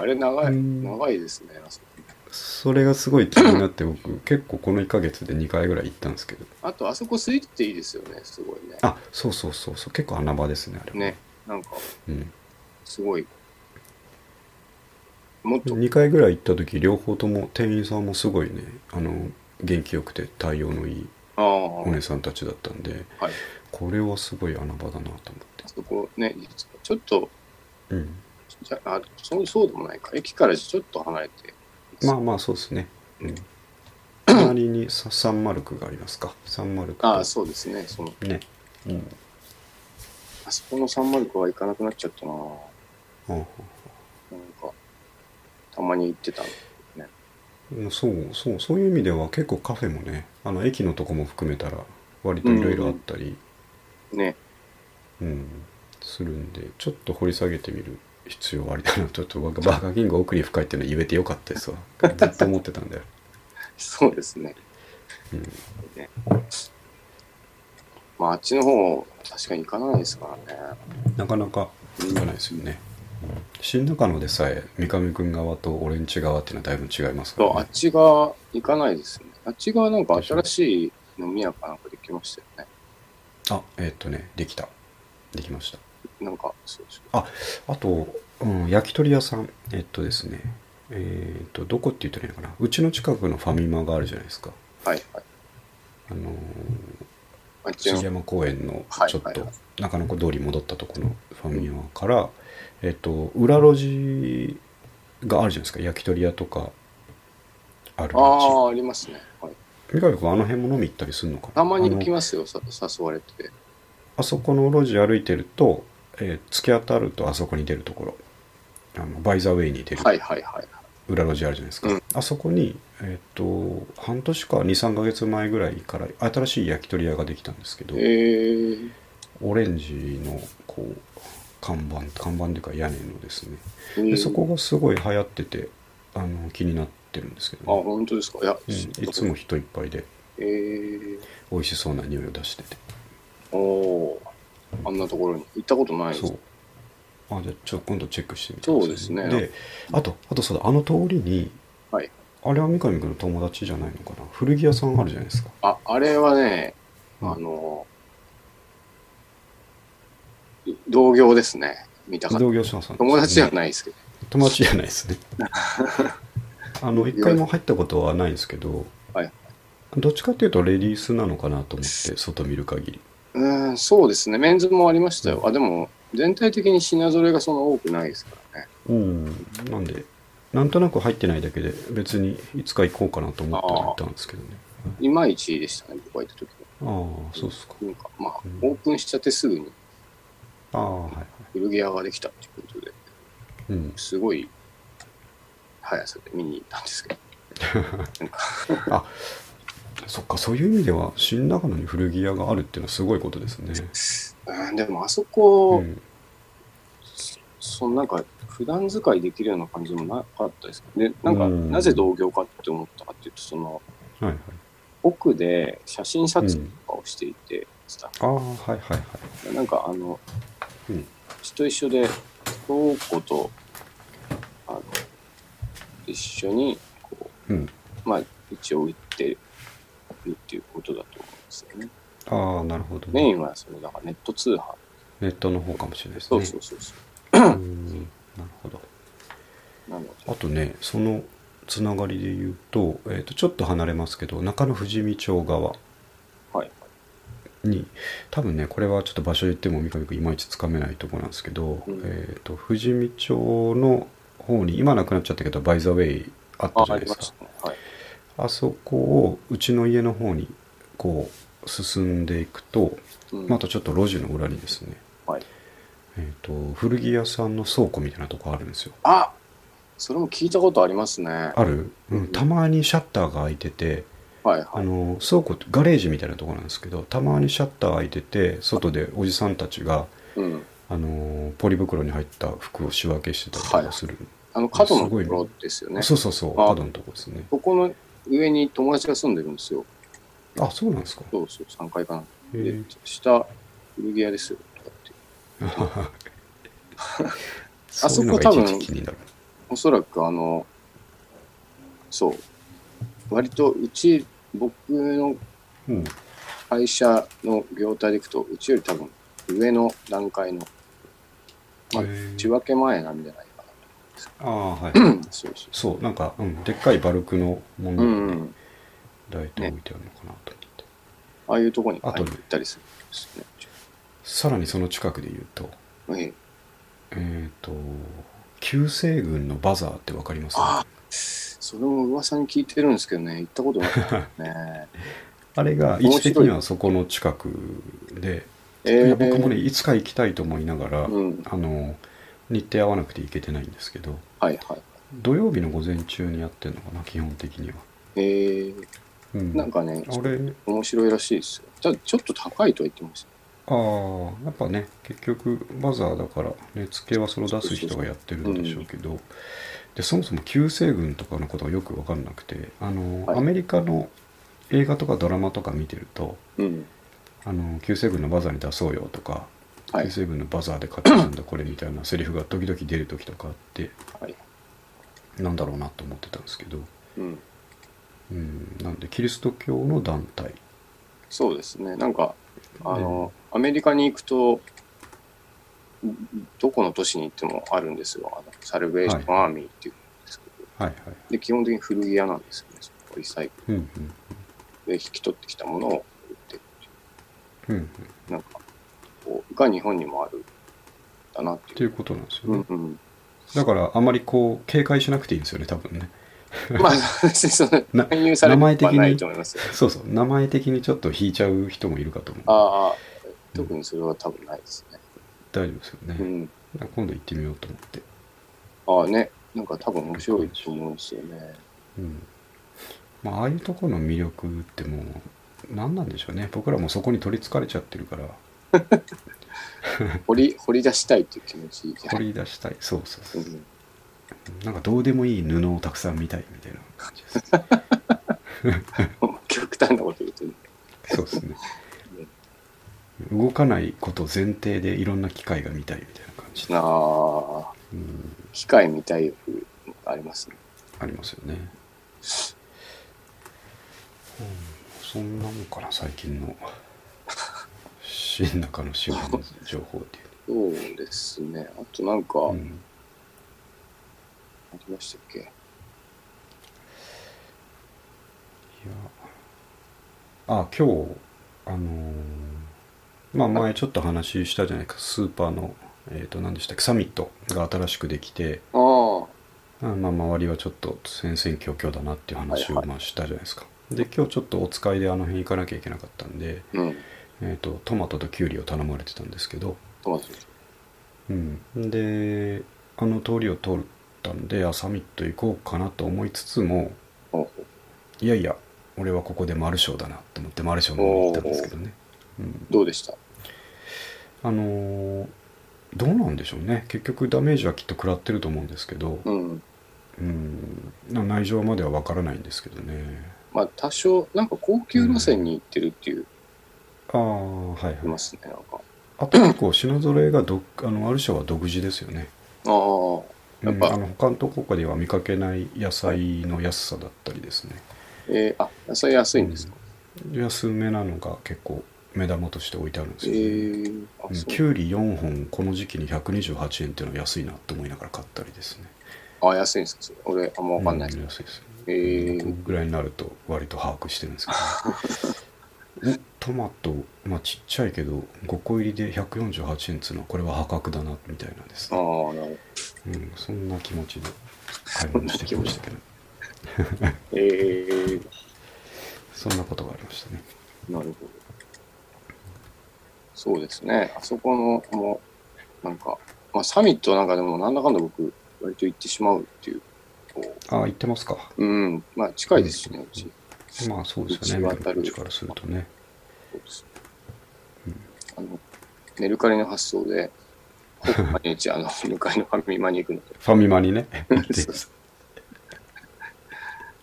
S2: あれ長い、
S1: うん
S2: 長いですね。あそこ
S1: それがすごい気になって僕結構この1ヶ月で2回ぐらい行ったんですけど
S2: あと、あそこ空いてていいですよね、すごいね。
S1: あそうそうそうそう結構穴場ですねあれは
S2: ね、なんか、
S1: うん、
S2: すごい。もっと、
S1: 2回ぐらい行った時両方とも店員さんもすごいねあの元気よくて対応のいい
S2: ああ、
S1: お姉さんたちだったんで、
S2: はい
S1: これはすごい穴場だなと思って
S2: あ、そこね、ちょっと、
S1: うん、
S2: じゃあそう、そうでもないか。駅からちょっと離れて。
S1: まあまあそうですね、うん、隣にさサンマルクがありますかサンマルクと
S2: ああ、そうですね。その、
S1: ね、うん、
S2: あそこのサンマルクは行かなくなっちゃったななん
S1: あ
S2: か、たまに行ってたの。
S1: あそうそうそういう意味では結構カフェもねあの駅のとこも含めたら割といろいろあったり、
S2: ね。
S1: うん、するんでちょっと掘り下げてみる必要はありだなちょっとバーガーキング奥に深いっていうのは言えてよかった ですわずっと思ってたんだよ、
S2: そうですね。
S1: うん
S2: ねまあ、あっちの方、確かに行かないですからね。
S1: なかなかいかないですよね新中野でさえ三上君側と俺んち側っていうのはだいぶ違いますか
S2: そう
S1: ら、
S2: あっ
S1: ね、
S2: ち側行かないですね。あっち側なんか新しい飲み屋かなんかできましたよね。
S1: あえーっとねできたできました
S2: なんか、そうそう。
S1: あと、うん、焼き鳥屋さんえっとですねえーっとどこって言ったらいいのかなうちの近くのファミマがあるじゃないですか
S2: はいはい。
S1: あのー
S2: あっち
S1: 杉
S2: の。
S1: 山公園の
S2: はい
S1: ちょっ
S2: はいは
S1: と中野通り戻ったとこのファミマから、えっと、裏路地があるじゃないですか焼き鳥屋とかある
S2: あ
S1: 路
S2: あ、ありますね。はい。
S1: 地三上君あの辺も飲み行ったりするのかな
S2: たまに行き
S1: あの
S2: ますよ、さ誘われて。
S1: あそこの路地歩いてると、えー突き当たるとあそこに出るところあのバイザーウェイに出る
S2: はいはいはい。
S1: 裏路地あるじゃないですか、
S2: うん
S1: あそこに、えっと半年か23ヶ月前ぐらいから新しい焼き鳥屋ができたんですけど、
S2: えー、
S1: オレンジのこう看板看板というか屋根のですね
S2: え
S1: で
S2: ー
S1: そこがすごい流行っててあの気になってるんですけ
S2: あ、
S1: ど、ね
S2: 本当ですか。いや、
S1: うん、いつも。人いっぱいで
S2: えー、
S1: 美味しそうな匂いを出してて、
S2: おおあんなところに行ったことないです。
S1: そうあじゃあちょっと今度チェックしてみてください
S2: そうですね
S1: であとあとそうだあの通りに、
S2: はい
S1: あれは三上君の友達じゃないのかな古着屋さんあるじゃないですか
S2: あ、あれはね、
S1: うん
S2: あの、同業ですね。見たかった。
S1: 同業者さんですね、
S2: 友達じゃないですけど。
S1: 友達じゃ ないですねあの一回も入ったことはないんですけど、
S2: はい
S1: どっちかっていうとレディースなのかなと思って外見る限り
S2: うーん、そうですね。メンズもありましたよ。あ、でも、全体的に品揃えがそんな多くないですからね。
S1: うんなんでなんとなく入ってないだけで別にいつか行こうかなと思ってはいたんですけどね
S2: いまいちでしたね、僕が行った時は。
S1: ああそうっすか
S2: なんか、まあ
S1: うん、
S2: オープンしちゃってすぐに
S1: ああはいはい
S2: 古着屋ができたっていうことで、
S1: うん
S2: すごい速さで見に行ったんですけど。
S1: そっかそういう意味では新長野に古着屋があるっていうのはすごいことですね
S2: うん、でも、あそこ、
S1: うん
S2: そのなんか、普段使いできるような感じでもなかったですね。で、なんか、
S1: うん
S2: なぜ同業かって思ったかっていうと、その、
S1: はいはい
S2: 奥で写真撮影とかをしていて、スタッフ
S1: ああはいはいはい
S2: なんかあの、
S1: うん
S2: 私と一緒で、京子と、あの、一緒に、こ
S1: うん
S2: う、まあ、一応売ってるっていうことだと思うんですよね。
S1: ああなるほど
S2: メイ
S1: ね
S2: ンはそれだからネット通販。
S1: ネットの方かもしれないです
S2: そ
S1: ね
S2: うそうそうそう。
S1: うんなるほど
S2: なので、
S1: あとねそのつながりで言うと,、えー、とちょっと離れますけど中野富士見町側
S2: はい。
S1: に多分ねこれはちょっと場所言っても三上君いまいちつかめないとこなんですけど、
S2: うん
S1: えー、と富士見町の方に今なくなっちゃったけどバイザウェイあった
S2: あ
S1: じ、ゃ
S2: あ
S1: ない
S2: り
S1: で
S2: ます
S1: か
S2: したね。はい。
S1: あそこをうちの家の方にこう進んでいくと
S2: うん
S1: またちょっと路地の裏にですね、
S2: はい、
S1: えー、と古着屋さんの倉庫みたいなとこあるんですよ
S2: あそれも聞いたことありますね。は
S1: ある、う、
S2: うんん
S1: たまにシャッターが開いてて
S2: いは
S1: あ
S2: い。
S1: の倉庫ガレージみたいなところなんですけどたまにシャッター開いてて外でおじさんたちが
S2: うん。
S1: あのポリ袋に入った服を仕分けしてたりとかする、
S2: あの、角の
S1: す
S2: と
S1: ご
S2: こ
S1: いね
S2: ろですよね。
S1: そうそうそう
S2: あ
S1: 角のとこですね
S2: ここの上に友達が住んでるんですよ。
S1: あそうなんですか
S2: そうそう、3階かな。
S1: へ
S2: で
S1: え、
S2: 下、古着屋ですよ。とかって
S1: そういうのがいちいち気になる
S2: おそらく、あの、そう、割とうち、僕の
S1: うん
S2: 会社の業態でいくと、うちより多分上の段階のまあ
S1: へえ
S2: 仕分け前なんじゃないか
S1: ああはい
S2: な。そうそう。
S1: そうなんか、うん、でっかいバルクのもの
S2: う
S1: が
S2: ん、う
S1: ね
S2: ん。
S1: 大体置いてあるのかなと思って、
S2: ああいうとこに
S1: あと
S2: 入ったりするんですよね。
S1: さらにその近くで言うと
S2: ええ
S1: えっ、と旧西軍のバザーってわかります
S2: ああ、それも噂に聞いてるんですけどね、行ったことなかったです ね。
S1: あれが位置的にはそこの近くで、
S2: え
S1: い
S2: え
S1: や僕もねいつか行きたいと思いながら、
S2: うん、
S1: あの日程合わなくて行けてないんですけど
S2: はいはい。
S1: 土曜日の午前中にやってるのかな基本的には、
S2: ええ
S1: うん、
S2: なんかね、
S1: あれ
S2: 面白いらしいですよ。ただちょっと高いとは言ってました。
S1: ああやっぱね結局バザーだから値付けはそれを出す人がやってるんでしょうけど、でそもそも旧西軍とかのことがよく分かんなくてあの、
S2: はい
S1: アメリカの映画とかドラマとか見てると
S2: うん。
S1: あの旧西軍のバザーに出そうよとか、
S2: は
S1: 旧
S2: い。
S1: 西軍のバザーで買ってきたんだこれみたいなセリフが時々出る時とかあって
S2: はい。
S1: なんだろうなと思ってたんですけど、
S2: うん。
S1: うん、なんでキリスト教の団体
S2: そうですね。なんか、あの、アメリカに行くと、どこの都市に行ってもあるんですよ。あのサルベーションアーミーっていうんですけど。
S1: はいはい
S2: で、基本的に古着屋なんですよね。そこリサイク
S1: うんうん
S2: ルで引き取ってきたものを売ってるってい
S1: うんうんっ
S2: う。なんか、こう、が日本にもあるんだなって
S1: てい
S2: い。
S1: ううことなんですよ
S2: う
S1: ね、
S2: んうん。
S1: だからあまりこう警戒しなくていいんですよね多分ね
S2: まあ、その、
S1: な
S2: 勧誘される
S1: 名前
S2: こ
S1: 的
S2: と
S1: に
S2: はないと思いますよ。
S1: そうそう名前的にちょっと引いちゃう人もいるかと思う
S2: ああ、特にそれは多分ないですね。
S1: 大丈夫ですよね
S2: う、ん。
S1: なんか今度行ってみようと思って、
S2: ああね、なんか多分面白いと思うんですよね。
S1: うんまあ、ああいうところの魅力ってもう何なんでしょうね僕らもそこに取りつかれちゃってるから
S2: 掘り、掘り出したいっていう気持ちじゃ
S1: 掘
S2: ない。
S1: り出したいそうそうそううんなんかどうでもいい布をたくさん見たいみたいな感じです
S2: 極端なこと言うとね。
S1: そうですね動かないことを前提でいろんな機械が見たいみたいな感じ、
S2: ああ、
S1: うん、
S2: 機械みたい欲ありますね。
S1: ありますよね、うん、そんなもんかな最近の新中の仕事の情報っていう
S2: そうですね。あとなんか、
S1: の、
S2: あ
S1: うん
S2: りましたっけ
S1: いやあ今日あのーまあ前ちょっと話したじゃないかスーパーのえっ、と何でしたっけサミットが新しくできて
S2: ああ、は
S1: あまあ周りはちょっと戦々恐々だなっていう話を
S2: はい
S1: まあしたじゃないですか、で今日ちょっとお使いであの辺行かなきゃいけなかったんで、
S2: うん、
S1: えー、とトマトとキュウリを頼まれてたんですけど、
S2: トマト。
S1: うん、であの通りを通ったんであサミット行こうかなと思いつつも
S2: お
S1: いやいや俺はここでマルショーだなと思ってマルショーの方に行ったんですけどね、うん、
S2: どうでした
S1: あのーどうなんでしょうね結局ダメージはきっと食らってると思うんですけど、
S2: うん。
S1: うん、な内情までは分からないんですけどね
S2: まあ、多少、なんか高級路線に行ってるっていう、
S1: ああはいはい
S2: いますね、なんか。
S1: あと結構品揃えがどあのマルショーは独自ですよね
S2: ああ、やっぱ
S1: うん、あの他のとこでは見かけない野菜の安さだったりですね、
S2: えー、あ、野菜安いんですか、
S1: 安めなのが結構目玉として置いてあるんです
S2: え
S1: よ、
S2: ー、あ、
S1: うんき
S2: そ
S1: ゅうり4本この時期に128円っていうのは安いなと思いながら買ったりですね
S2: う。あ、安いんですかそれ俺、あんまわかんないです。
S1: うん安いです
S2: え
S1: 僕
S2: ー、
S1: ぐらいになると割と把握してるんです けど、ね、トマト、まあ、ちっちゃいけど5個入りで148円っつうのはこれは破格だなみたいなんです、
S2: ああ、なる
S1: うん、そんな気持ちで買い物してきましたけど
S2: ほど。えー、
S1: そんなことがありましたね
S2: なるほど。そうですね。あそこの、もう、なんか、まあ、サミットなんかでも、なんだかんだ僕、割と行ってしまうっていう、こ
S1: ああ行ってますか
S2: う、うん、まあ、近いですしね、うち。
S1: まあそうですよね
S2: 一番
S1: 緑
S2: 当たる
S1: のからするとね
S2: そうです。あの、メルカリの発想で、ほぼ毎日、あの、向かいのファミマに行くので、
S1: ファミマにね
S2: そうそ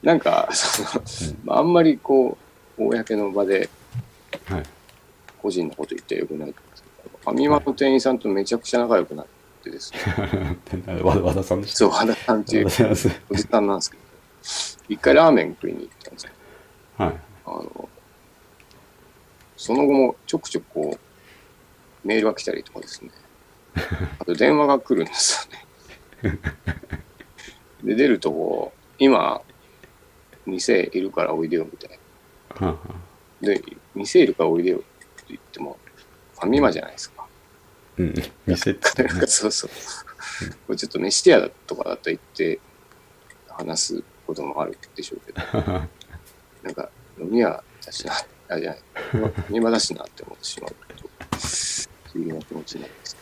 S2: なんか、その
S1: うん、
S2: まあ、あんまりこう、公の場で
S1: はい
S2: 個人のこと言ってはよくないと思うんですけどファミマの店員さんとめちゃくちゃ仲良くなってですね、
S1: 和和田さんでした
S2: そう、原さんっていう
S1: 和田さんです
S2: おじさんなんですけど、一回ラーメン食いに行ったんですけ
S1: はい
S2: ど、あの、その後もちょくちょくこう、メールが来たりとか ですね、あと電話が来るんですよね。 で、出るとこう、今、店いるからおいでよみたい
S1: はあはあ
S2: な。で、店いるからおいでよって言っても、ファミマじゃないですか。
S1: うん店って 言って
S2: なん
S1: ね
S2: か そうそう。これちょっと飯屋とかだと行って話すこともあるでしょうけど、なんか飲み屋だしな、あ、じゃない、飲み場だしなって思ってしまうと、不思議な気持ちになります。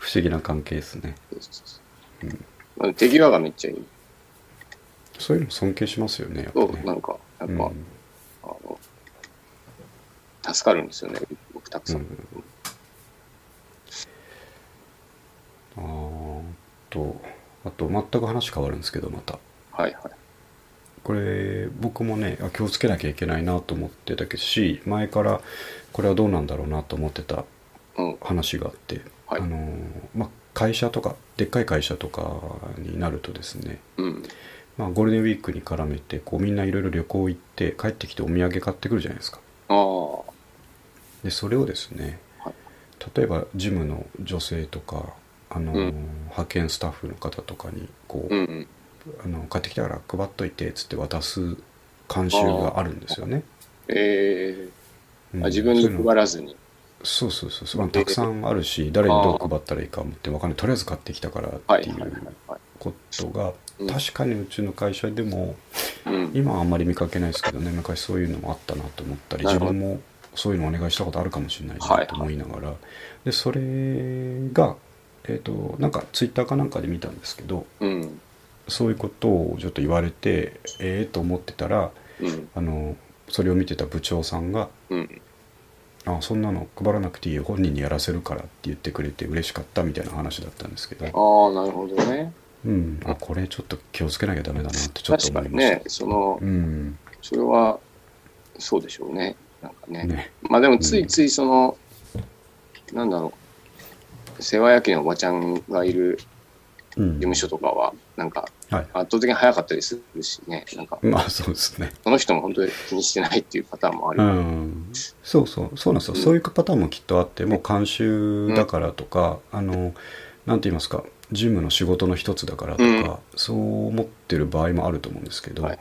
S1: 不思議な関係ですね
S2: そうそうそう。まあ、手際がめっちゃいい。
S1: そういうの尊敬しますよねやっぱ
S2: そう、
S1: ね
S2: なんか、やっぱ、
S1: うん
S2: あの、助かるんですよね、僕たくさ
S1: う
S2: ん。
S1: んあーとあと全く話変わるんですけどまた
S2: はいはい。
S1: これ僕もねあ気をつけなきゃいけないなと思ってたけどし前からこれはどうなんだろうなと思ってた
S2: うん。
S1: 話があって、
S2: はい
S1: あのーまあ、会社とかでっかい会社とかになるとですね、
S2: うん。
S1: まあ、ゴールデンウィークに絡めてこうみんないろいろ旅行行って帰ってきてお土産買ってくるじゃないですか
S2: ああ、
S1: でそれをですね
S2: はい
S1: 例えばジムの女性とかあのー、
S2: うん
S1: 派遣スタッフの方とかにこう、
S2: うんうん。
S1: あの買ってきたから配っといてっつって渡す慣習があるんですよね、
S2: え
S1: う
S2: ー
S1: ん
S2: あ、自分に
S1: そういうの
S2: 配らずに。
S1: そうそうそうそう、まあ、たくさんあるし誰にどう配ったらいいかもって分かんないとりあえず買ってきたから
S2: は
S1: っ
S2: い
S1: てい
S2: はいはいうはい。
S1: ことが
S2: うん
S1: 確かにうちの会社でも
S2: うん。
S1: 今はあんまり見かけないですけどね昔そういうのもあったなと思ったり
S2: な
S1: 自
S2: るほど
S1: 分もそういうのお願いしたことあるかもしれない
S2: はいは
S1: ないと思いながら、でそれが、えー、となんかツイッターかなんかで見たんですけど
S2: うん。
S1: そういうことをちょっと言われてええと思ってたら
S2: うん。
S1: あのそれを見てた部長さんが
S2: うん。
S1: あそんなの配らなくていいよ本人にやらせるからって言ってくれて嬉しかったみたいな話だったんですけど、
S2: ああ、なるほどね。
S1: うん、あこれちょっと気をつけなきゃダメだなってちょっと
S2: 確
S1: 思
S2: か
S1: い
S2: に
S1: ました、
S2: ね、その
S1: う、ん
S2: それは、そうでしょうね。なんかね。
S1: ね
S2: まあでも、ついついその、なんだろう、世話焼きのおばちゃんがいる
S1: うん
S2: 事務所とかは、なんか、
S1: はい
S2: 圧倒的に早かったりするしね、なんか、
S1: まあそうですね
S2: その人も本当に気にしてないっていうパターンもあ
S1: う
S2: る。
S1: んそうそうそうなんですよ、
S2: うん
S1: そういうパターンもきっとあってもう慣習だからとか、あのなんて言いますか事務の仕事の一つだからとか、
S2: うん
S1: そう思ってる場合もあると思うんですけど、
S2: はい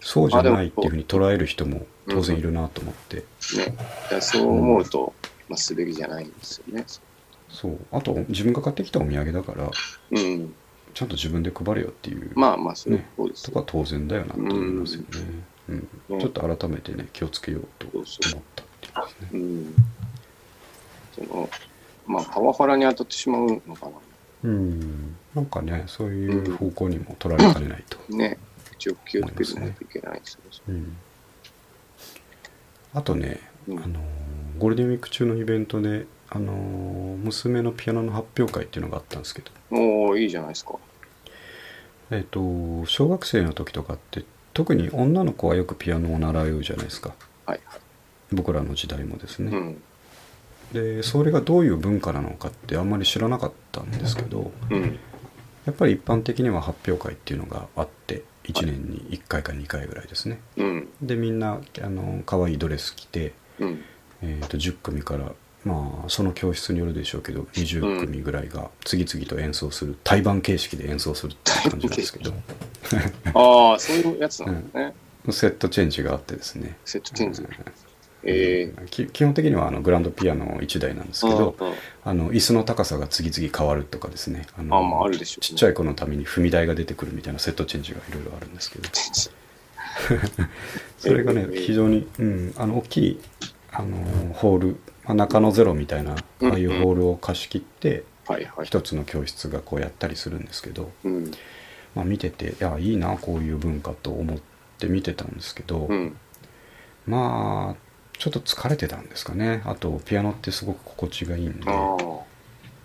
S1: そうじゃないっていうふうに捉える人も当然いるなと思って、
S2: ね。だからそう思うと、まあ、すべきじゃないんですよね。
S1: そうあと自分が買ってきたお土産だから
S2: うん。
S1: ちゃんと自分で配れよっていう、
S2: まあまあ、それはそうです
S1: と
S2: よ
S1: かは当然だよなって思いますよね、うん
S2: ね。
S1: ちょっと改めてね気をつけようと思
S2: そう
S1: っ
S2: そう
S1: たっていうことですね
S2: うん。その、まあ、パワハラに当たってしまうのか
S1: うんなんかねそういう方向にも取られかねないと、
S2: な。ね。一応気をつけてないといけないですね。
S1: うん、あとね、
S2: うん
S1: あのーゴールデンウィーク中のイベントで、あのー娘のピアノの発表会っていうのがあったんですけど、
S2: おおいいじゃないですか。
S1: えっと小学生の時とかって特に女の子はよくピアノを習うじゃないですか
S2: はいは
S1: 僕らの時代もです
S2: い。
S1: ね、
S2: うん。
S1: でそれがどういう文化なのかってあんまり知らなかったんですけど
S2: うん。
S1: やっぱり一般的には発表会っていうのがあって1年に1回か2回ぐらいですね
S2: うん。
S1: でみんなあの可愛いドレス着て、
S2: うん。
S1: えー、と10組からまあその教室によるでしょうけど20組ぐらいが次々と演奏する対バン形式で演奏するっていう感じなんですけど、
S2: ああ、そういうやつなんですね。
S1: セットチェンジがあってですね
S2: セットチェンジ。ええ
S1: き基本的にはあのグランドピアノ1台なんですけど
S2: うんうん
S1: あの椅子の高さが次々変わるとかですねあの
S2: あまああるでしょうね
S1: ちっちゃい子のために踏み台が出てくるみたいなセットチェンジがいろいろあるんですけど それがね
S2: ええ
S1: 非常に、うん、あの大きいあのホール、まあ、中野ゼロみたいなああいうホールを貸し切って
S2: はいはい。
S1: 一つの教室がこうやったりするんですけど、
S2: うん。
S1: まあ、見てていやいいなこういう文化と思って見てたんですけど、
S2: うん。
S1: まあちょっと疲れてたんですかねあとピアノってすごく心地がいいんで
S2: あ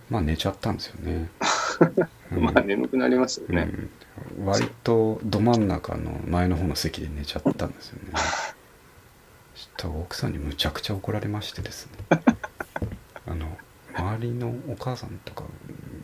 S1: まあ寝ちゃったんですよ ね、
S2: あ。まあ、眠くなりますよ
S1: うん
S2: ね。
S1: うん割とど真ん中の前の方の席で寝ちゃったんですよねそしたら奥さんにむちゃくちゃ怒られまして ですねあの周りのお母さんとか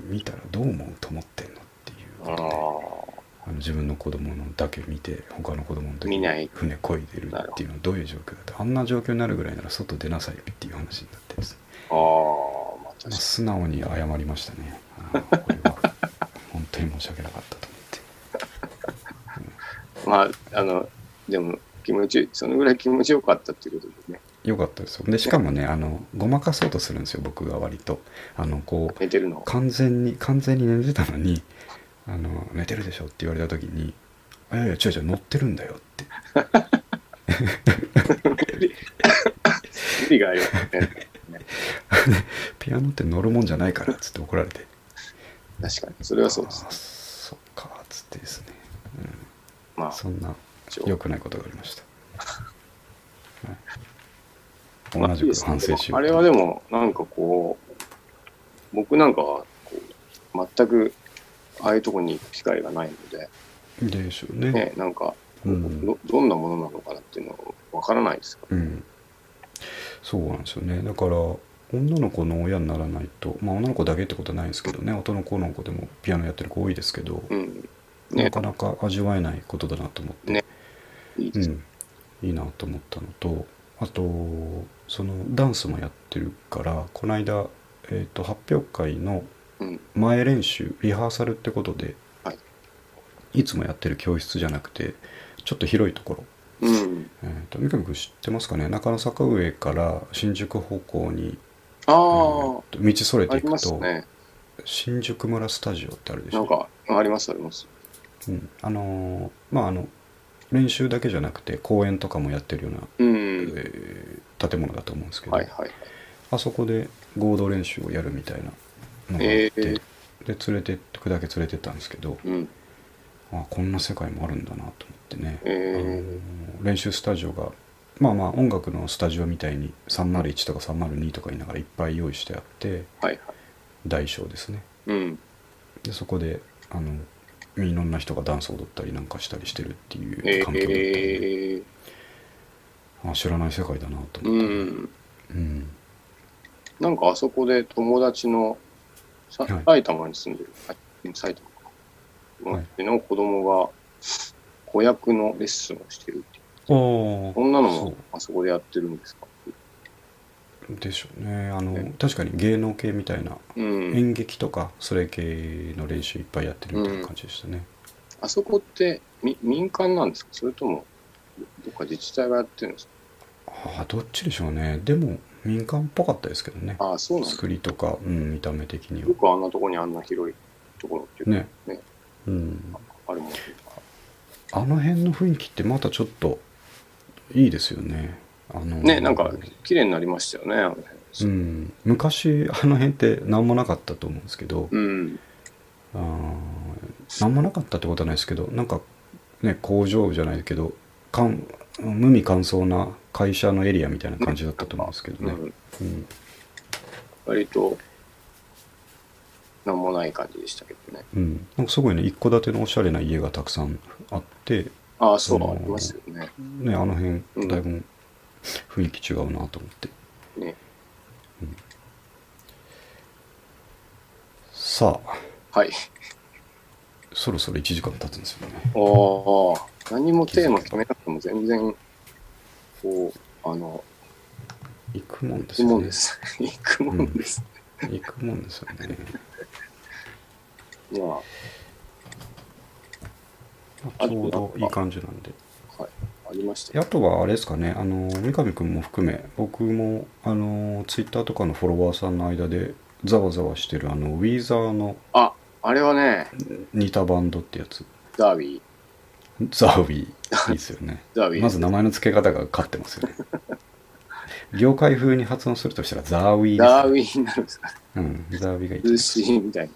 S1: 見たらどう思うと思ってんのっていう
S2: あ
S1: こ
S2: あ
S1: とであの自分の子供のだけ見て他の子供の時
S2: 見ない
S1: 船こいでるっていうのはどういう状況だってあんな状況になるぐらいなら外出なさいっていう話になってですね、
S2: ああ、ま
S1: ま
S2: あ確か
S1: あ素直に謝りましたねあーこれは本当に申し訳なかったと
S2: に。まあ、あの、でも、気持ち、そのぐらい気持ちよかったっていうことでね。
S1: よかったですよでしかもねあのごまかそうとするんですよ僕が割とあのこう
S2: 寝てるのを。
S1: 完全に完全に寝てたのにあの寝てるでしょって言われた時に「いやいや違う違う乗ってるんだよ」って
S2: 無理がありますね。
S1: ピアノって乗るもんじゃないからっつって怒られて
S2: 確かに。それはそうです
S1: あ。そっかっつってですね、
S2: まあ、
S1: そんな
S2: 一応
S1: 良くないことがあり ました、
S2: ま
S1: はい、
S2: あ
S1: 同じく反省しよ
S2: あ
S1: う
S2: れ
S1: と
S2: はでも、なんかこう、僕なんかはこう、全く、ああいうとこに行く機会がないので、
S1: でしょうね
S2: ね、なんか、
S1: うん
S2: ど、どんなものなのかなっていうのはわからないですか
S1: うんそうなんですよねだから女の子の親にならないとまあ女の子だけってことはないですけどね男の子の子でもピアノやってる子多いですけど、
S2: ら。うん。ね
S1: なかなか味わえないことだなと思って、
S2: ねいいで
S1: う
S2: す。
S1: ん、いいなと思ったのとあとそのダンスもやってるからこの間、えー、と発表会の
S2: うん。
S1: 前練習リハーサルってことで、
S2: はい
S1: い、つもやってる教室じゃなくてちょっと広いところ、
S2: うん。
S1: えー、と三上君知ってますかね中野坂上から新宿方向に、
S2: あ
S1: え
S2: あ
S1: ー、と道それ
S2: あ
S1: てい
S2: り
S1: く
S2: ます
S1: と、
S2: ね。
S1: 新宿村スタジオってあるでし
S2: な
S1: ょ
S2: んか、ありますあります。
S1: うん、あのーまああの練習だけじゃなくて公演とかもやってるような、
S2: うん。
S1: えー建物だと思うんですけど、
S2: はいはい。
S1: あそこで合同練習をやるみたいなのがあって、
S2: えー
S1: で連れてってくだけ連れてったんですけど
S2: うん。
S1: あこんな世界もあるんだなと思ってね、
S2: え
S1: あの練習スタジオがまあまあ音楽のスタジオみたいに301とか302とか言いながらいっぱい用意してあって
S2: ー、はいはい。
S1: 大小ですね
S2: うん。
S1: でそこであのいろんな人がダンス踊ったりなんかしたりしてるってい
S2: え
S1: う環境だったんで、
S2: ー、
S1: あ知らない世界だなと
S2: う
S1: 思って、
S2: ん。
S1: うん
S2: なんかあそこで友達のさ
S1: はい
S2: 埼玉に住んでる、あ埼玉か。
S1: は
S2: 友
S1: い
S2: 達の子供が子役のレッスンをしてるっていう。
S1: お
S2: こんなのもあそこでやってるんですか
S1: でしょうねあの
S2: ね
S1: 確かに芸能系みたいな
S2: うん。
S1: 演劇とかそれ系の練習いっぱいやってるみたいな感じでしたね、
S2: あそこってみ民間なんですかそれともどっか自治体がやってるんです
S1: ああどっちでしょうねでも民間っぽかったですけどね
S2: かああ、そうなんですか。
S1: 作りとか、うん、見た目的には
S2: よくあんなとこにあんな広いところっていう
S1: ね
S2: ね
S1: うん
S2: あるもんね。
S1: あの辺の雰囲気ってまたちょっといいですよねあの
S2: ね、なんか、綺麗になりましたよね、あの辺
S1: うん、昔あの辺って何もなかったと思うんですけど、
S2: うん。
S1: あー何もなかったってことはないですけどなんかね工場じゃないけどかん無味乾燥な会社のエリアみたいな感じだったと思うんですけど
S2: う
S1: ね、
S2: ん。
S1: うん
S2: 割と、なんもない感じでしたけどね。
S1: うん、なんかすごいね一戸建てのおしゃれな家がたくさんあって、
S2: ああ、そうう、
S1: ん
S2: ありますよね。
S1: ね、あの辺
S2: うん
S1: だいぶ雰囲気違うなと思って、
S2: ね。
S1: さあ
S2: はい。
S1: そろそろ1時間経つんですよね
S2: おー何もテーマ決めなくても全然、こう、あの、
S1: 行くもんで
S2: 行
S1: す
S2: くも
S1: よね
S2: んです。 行くもんです。
S1: 行くもんですよ ね
S2: ま
S1: まあちょうどいい感じなんで
S2: あ、はい。ありました
S1: で
S2: よ
S1: あとはあれですかねあの三上君も含め僕もあのツイッターとかのフォロワーさんの間でざわざわしてるあのウィーザーの
S2: あ、あれはね、
S1: 似たバンドってやつ
S2: ダービー、
S1: ザ・ウィーいいですよね
S2: ダービー。
S1: まず名前の付け方が勝ってますよ ね業界風に発音するとしたらザーウィーです
S2: ダーウィーになるんですか
S1: うん、ザービーがいい
S2: ルーシーみたいな。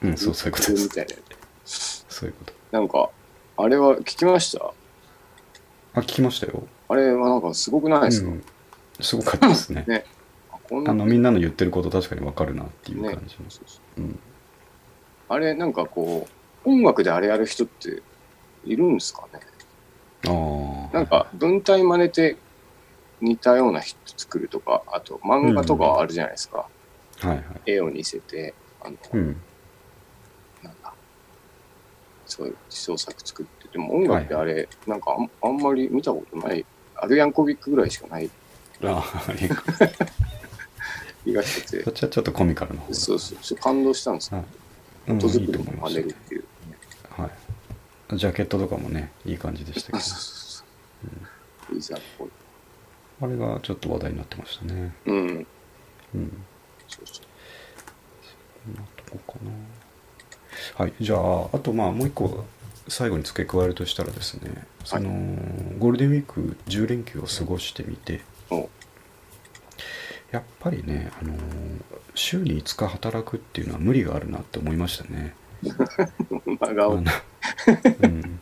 S1: うん、そう、そういうことで
S2: ルーシーみ
S1: す。
S2: たいな。
S1: そういうこと。
S2: なんか、あれは聞きました
S1: あ、聞きましたよ。
S2: あれはなんかすごくないですか、
S1: うん、すごかったですね。
S2: ねあこん
S1: あ
S2: な
S1: の、みんなの言ってること確かにわかるなっていう感じの。
S2: そうそう
S1: うん、
S2: あれ、なんかこう、音楽であれやる人っているんですかね
S1: ああ。
S2: なんか文体真似て似たような人作るとか、あと漫画とかあるじゃないですか。
S1: はいはい。
S2: 絵を似せて、あの、
S1: うん。
S2: なんだ、そういう小作作って、でも音楽ってあれ、なんかあんあんまり見たことない、アルヤンコビックぐらいしかない
S1: ああ、いいか
S2: 気がして
S1: そっちはちょっ とコミカルな方
S2: て、
S1: だ
S2: そうそう、ちょっと感動したんですよ。
S1: うん、
S2: 音
S1: い
S2: 作
S1: い
S2: り
S1: と
S2: を
S1: 思いま
S2: 真
S1: す
S2: 似るっていう。
S1: はい。ジャケットとかもね、いい感じでした
S2: そう
S1: け
S2: そうそうそう。いいじゃん、こ
S1: ど、あれがちょっと話題になってましたね。
S2: う。うん。
S1: うん。
S2: そうそう。
S1: こんなとこかな。はい、じゃあ、あとまあもう一個最後に付け加えるとしたらですね、そのゴールデンウィーク10連休を過ごしてみて、
S2: お
S1: やっぱりね、あのー週に5日働くっていうのは無理があるなって思いましたね。
S2: 真
S1: あ
S2: 顔
S1: のうん、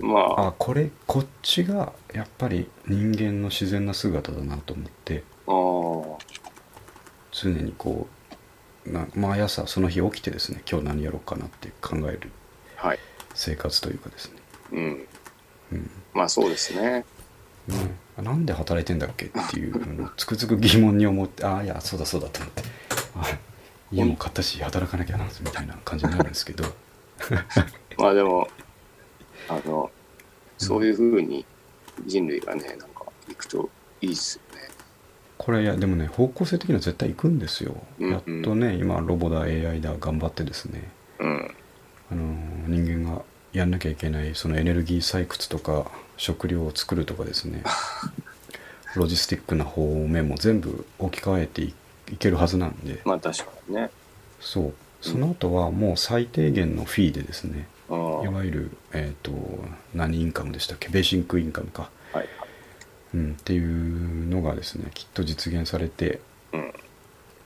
S2: まあ、
S1: あこれこっちがやっぱり人間の自然な姿だなと思って
S2: あー
S1: 常にこうな毎朝その日起きてですね今日何やろうかなって考える
S2: はい。
S1: 生活というかですね
S2: うん。
S1: うん
S2: まあそうですね。
S1: ね、あなんで働いてんだっけっていうのをつくづく疑問に思ってああいやそうだそうだと思ってあ家も買ったし働かなきゃなみたいな感じになるんですけど
S2: まあでも、あの、そういうふうに人類がね、なんか行くといいっすよね。
S1: これいやでもね方向性的には絶対行くんですよ、
S2: うん
S1: やっとね今ロボだ AI だ頑張ってですね、
S2: うん。
S1: あのー人間がやんなきゃいけないそのエネルギー採掘とか食料を作るとかですねロジスティックな方面も全部置き換えていいけるはずなんで
S2: まあ確かにね。
S1: そうその後はもう最低限のフィーでですね
S2: うん。
S1: い
S2: はい。
S1: わゆる、えー、と何インカムでしたっけベーシックインカムか、うん、っていうのがですねきっと実現されて、
S2: うん。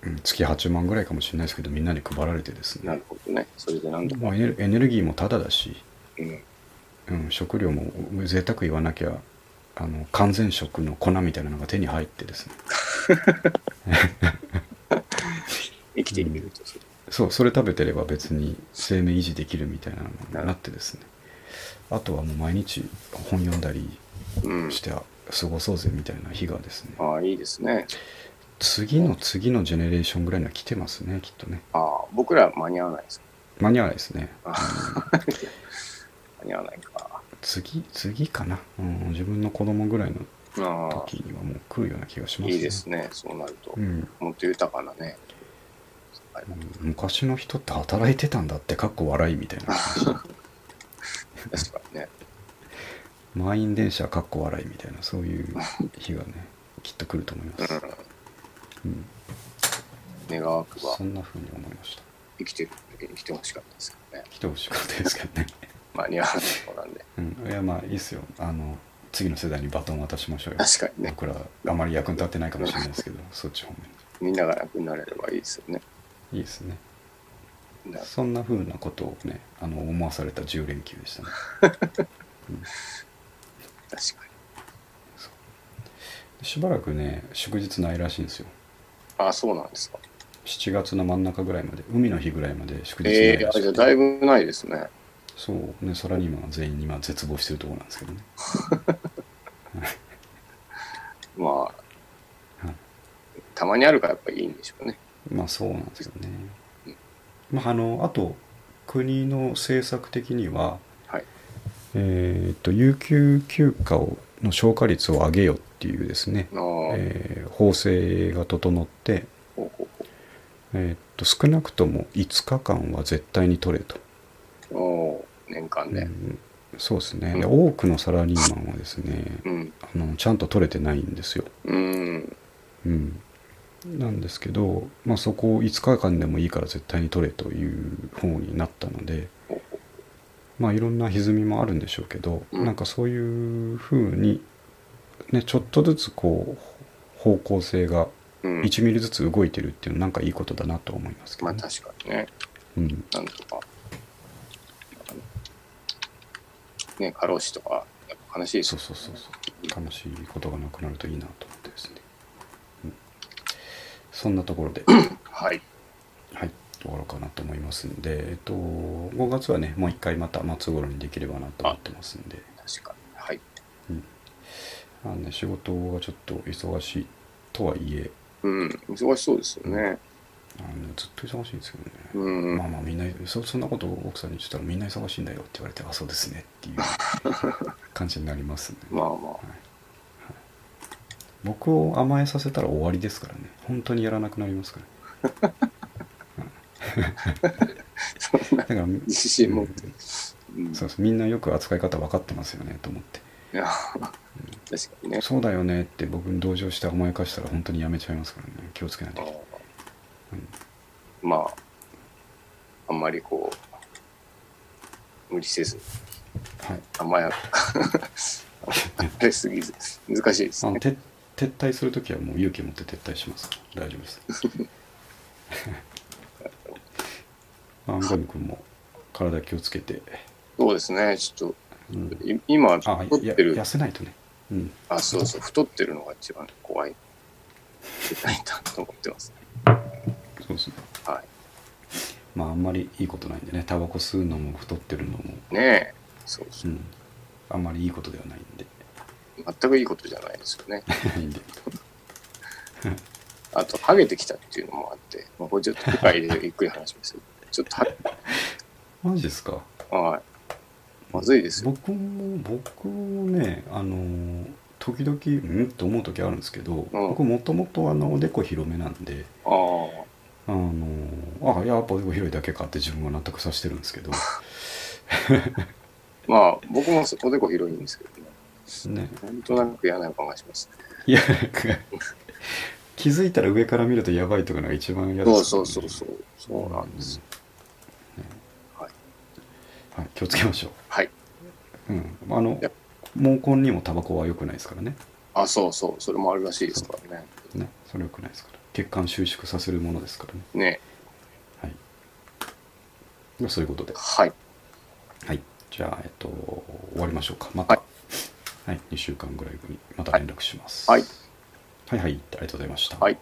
S1: うん、月8万ぐらいかもしれないですけどみんなに配られてです
S2: な
S1: ね
S2: るほどね。それでなんとか。
S1: もうエネルエネルギーもタダだし、
S2: うん。
S1: うん、食料も贅沢言わなきゃあの完全食の粉みたいなのが手に入ってですね
S2: 生きてみるとそれ。
S1: そうそれ食べてれば別に生命維持できるみたいなのになってですねあとはもう毎日本読んだり
S2: うん
S1: し。て過ごそうぜみたいな日がですね、
S2: ああ、いいですね。
S1: 次の次のジェネレーションぐらいには来てますねきっとね
S2: ああ、僕らは間に合わないです。
S1: 間に合わないですね
S2: 間に合わないか。
S1: 次次かな、うん、自分の子供ぐらいの
S2: あ
S1: 時にはもう来るような気がし
S2: あ、
S1: ます
S2: いいですね。そうなると
S1: う。ん、
S2: もっと豊かなね。はい
S1: 昔の人って働いてたんだってかっこ笑いみたいな、
S2: 確かにね。
S1: 満員電車かっこ笑いみたいなそう いう日がねきっと来ると思います、うん、
S2: 願わくば
S1: そんな風に思いました
S2: 生きてるだけに来てほしかったですけどね。
S1: 来てほしかったですけどね、
S2: 間に合わないとこなんで。
S1: うん、いやまあいいですよあの次の世代にバトン渡しましょうよ
S2: 確かにね、
S1: 僕らあまり役に立ってないかもしれないですけどそっち方面
S2: みんなが楽になれればいいですよね。
S1: いいですね
S2: な
S1: そんな風なことをねあの思わされた10連休でしたね
S2: 確かに。
S1: しばらくね祝日ないらしいんですよ
S2: あ、そうなんですか。
S1: 7月の真ん中ぐらいまで海の日ぐらいまで祝日ない
S2: ええ
S1: らし
S2: あ、じゃあ
S1: くて
S2: だいぶないですね。
S1: そうねさらに今全員今絶望してるところなんですけどね
S2: まあ
S1: はい、
S2: たまにあるからやっぱいいんでしょうね。
S1: まあそうなんですよねまああのあと国の政策的には
S2: はい。
S1: えーっと有給休暇をの消化率を上げようっていうですね、
S2: ああ、
S1: えー法制が整って、
S2: ほうほうほう
S1: えーっと少なくとも5日間は絶対に取れと、
S2: おー年間
S1: う
S2: で。
S1: んそうですね、
S2: うん
S1: で多くのサラリーマンはですね
S2: うん。
S1: あのちゃんと取れてないんですよ、
S2: うん。
S1: うん、なんですけど、まあ、そこを5日間でもいいから絶対に取れという方になったので
S2: ほうほ
S1: まあいろんな歪みもあるんでしょうけど、
S2: うん
S1: なんかそういう風にねちょっとずつこう方向性が
S2: ううん。
S1: 1ミリずつ動いてるっていうのはなんかいいことだなと思いますけ
S2: ま
S1: ど、
S2: あ
S1: ね
S2: 確かにね。
S1: うん、
S2: なんとか。ね、過労死とか、やっぱ悲しいです
S1: そうそうそうそう悲しいことがなくなるといいなと思ってですね、うん、そんなところではい
S2: はい。
S1: 終わろうかなと思いますんで、えっと、5月はねもう一回また末頃にできればなと思ってますんで
S2: 確かに。はい。
S1: あの、ね、仕事がちょっと忙しいとはいえ
S2: うん。忙しそうですよね。
S1: あのずっと忙しいんですけどね、
S2: うん
S1: まあ。まあみんなそそんなことを奥さんに言ってたらみんな忙しいんだよって言われてあそうですねっていう感じになりますね
S2: まあま
S1: 僕を甘えさせたら終わりですからね本当にやらなくなりますからだ から
S2: あ、自信も
S1: う。ん
S2: うん。い
S1: そうですみんなよく扱い方分かってますよねと思って
S2: や、 確かにね。
S1: そうだよねって僕に同情して甘やかしたら本当にやめちゃいますからね気をつけないといけないうん
S2: まあ、あんまりこう、無理せず、
S1: はい
S2: 甘 やか、あれすぎず、難しいです
S1: あの
S2: ね。
S1: て撤退するときはもう勇気を持って撤退しますから大丈夫 ですアンゴミ君も体気をつけて、
S2: そうですね、ちょっ
S1: うん
S2: と、い今、太
S1: あ
S2: っ
S1: いや
S2: てる
S1: 痩、せないとね、うん、
S2: あ、そうそう、太ってるのが一番怖い。絶対だと思ってます。
S1: そうですね
S2: は
S1: まああんまりいいことないんでねタバコ吸うのも太ってるのも、
S2: い。ねえ、そうそうう。
S1: ん、あんまりいいことではないんで
S2: 全くいいことじゃないですよね。
S1: いいんで
S2: あと、ハゲてきたっていうのもあって、まあ、これちょっと理解でゆっくり話しますよ。 ちょっとハゲ
S1: マジですか
S2: はい。まずいですよ。
S1: 僕も僕もねあのー時々うんって思う時あるんですけど、僕もともとあのおでこ広めなんで
S2: ああ。
S1: あのーあいややっぱおでこ広いだけかって自分は納得させてるんですけど
S2: まあ、僕もおでこ広いんですけどね。
S1: ね
S2: なんとなく嫌な予感がします。
S1: いやなんか気づいたら上から見るとやばいとかのが一番嫌ですから
S2: そ
S1: ね
S2: うそうそうそう。そうなんです。はい
S1: うんはい、気をつけましょ
S2: はい。
S1: う、うん、あの
S2: いや
S1: 毛根にもタバコは良くないですからね
S2: あ、そうそう。それもあるらしいですからね。
S1: ねそれ良くないですから血管収縮させるものですからね
S2: ね。
S1: はいまあそういうことで
S2: はい。
S1: はいじゃあえっと終わりましょうかまた
S2: は
S1: はい、2週間ぐらい後にまた連絡します、
S2: はい
S1: はいはいありがとうございました
S2: はい。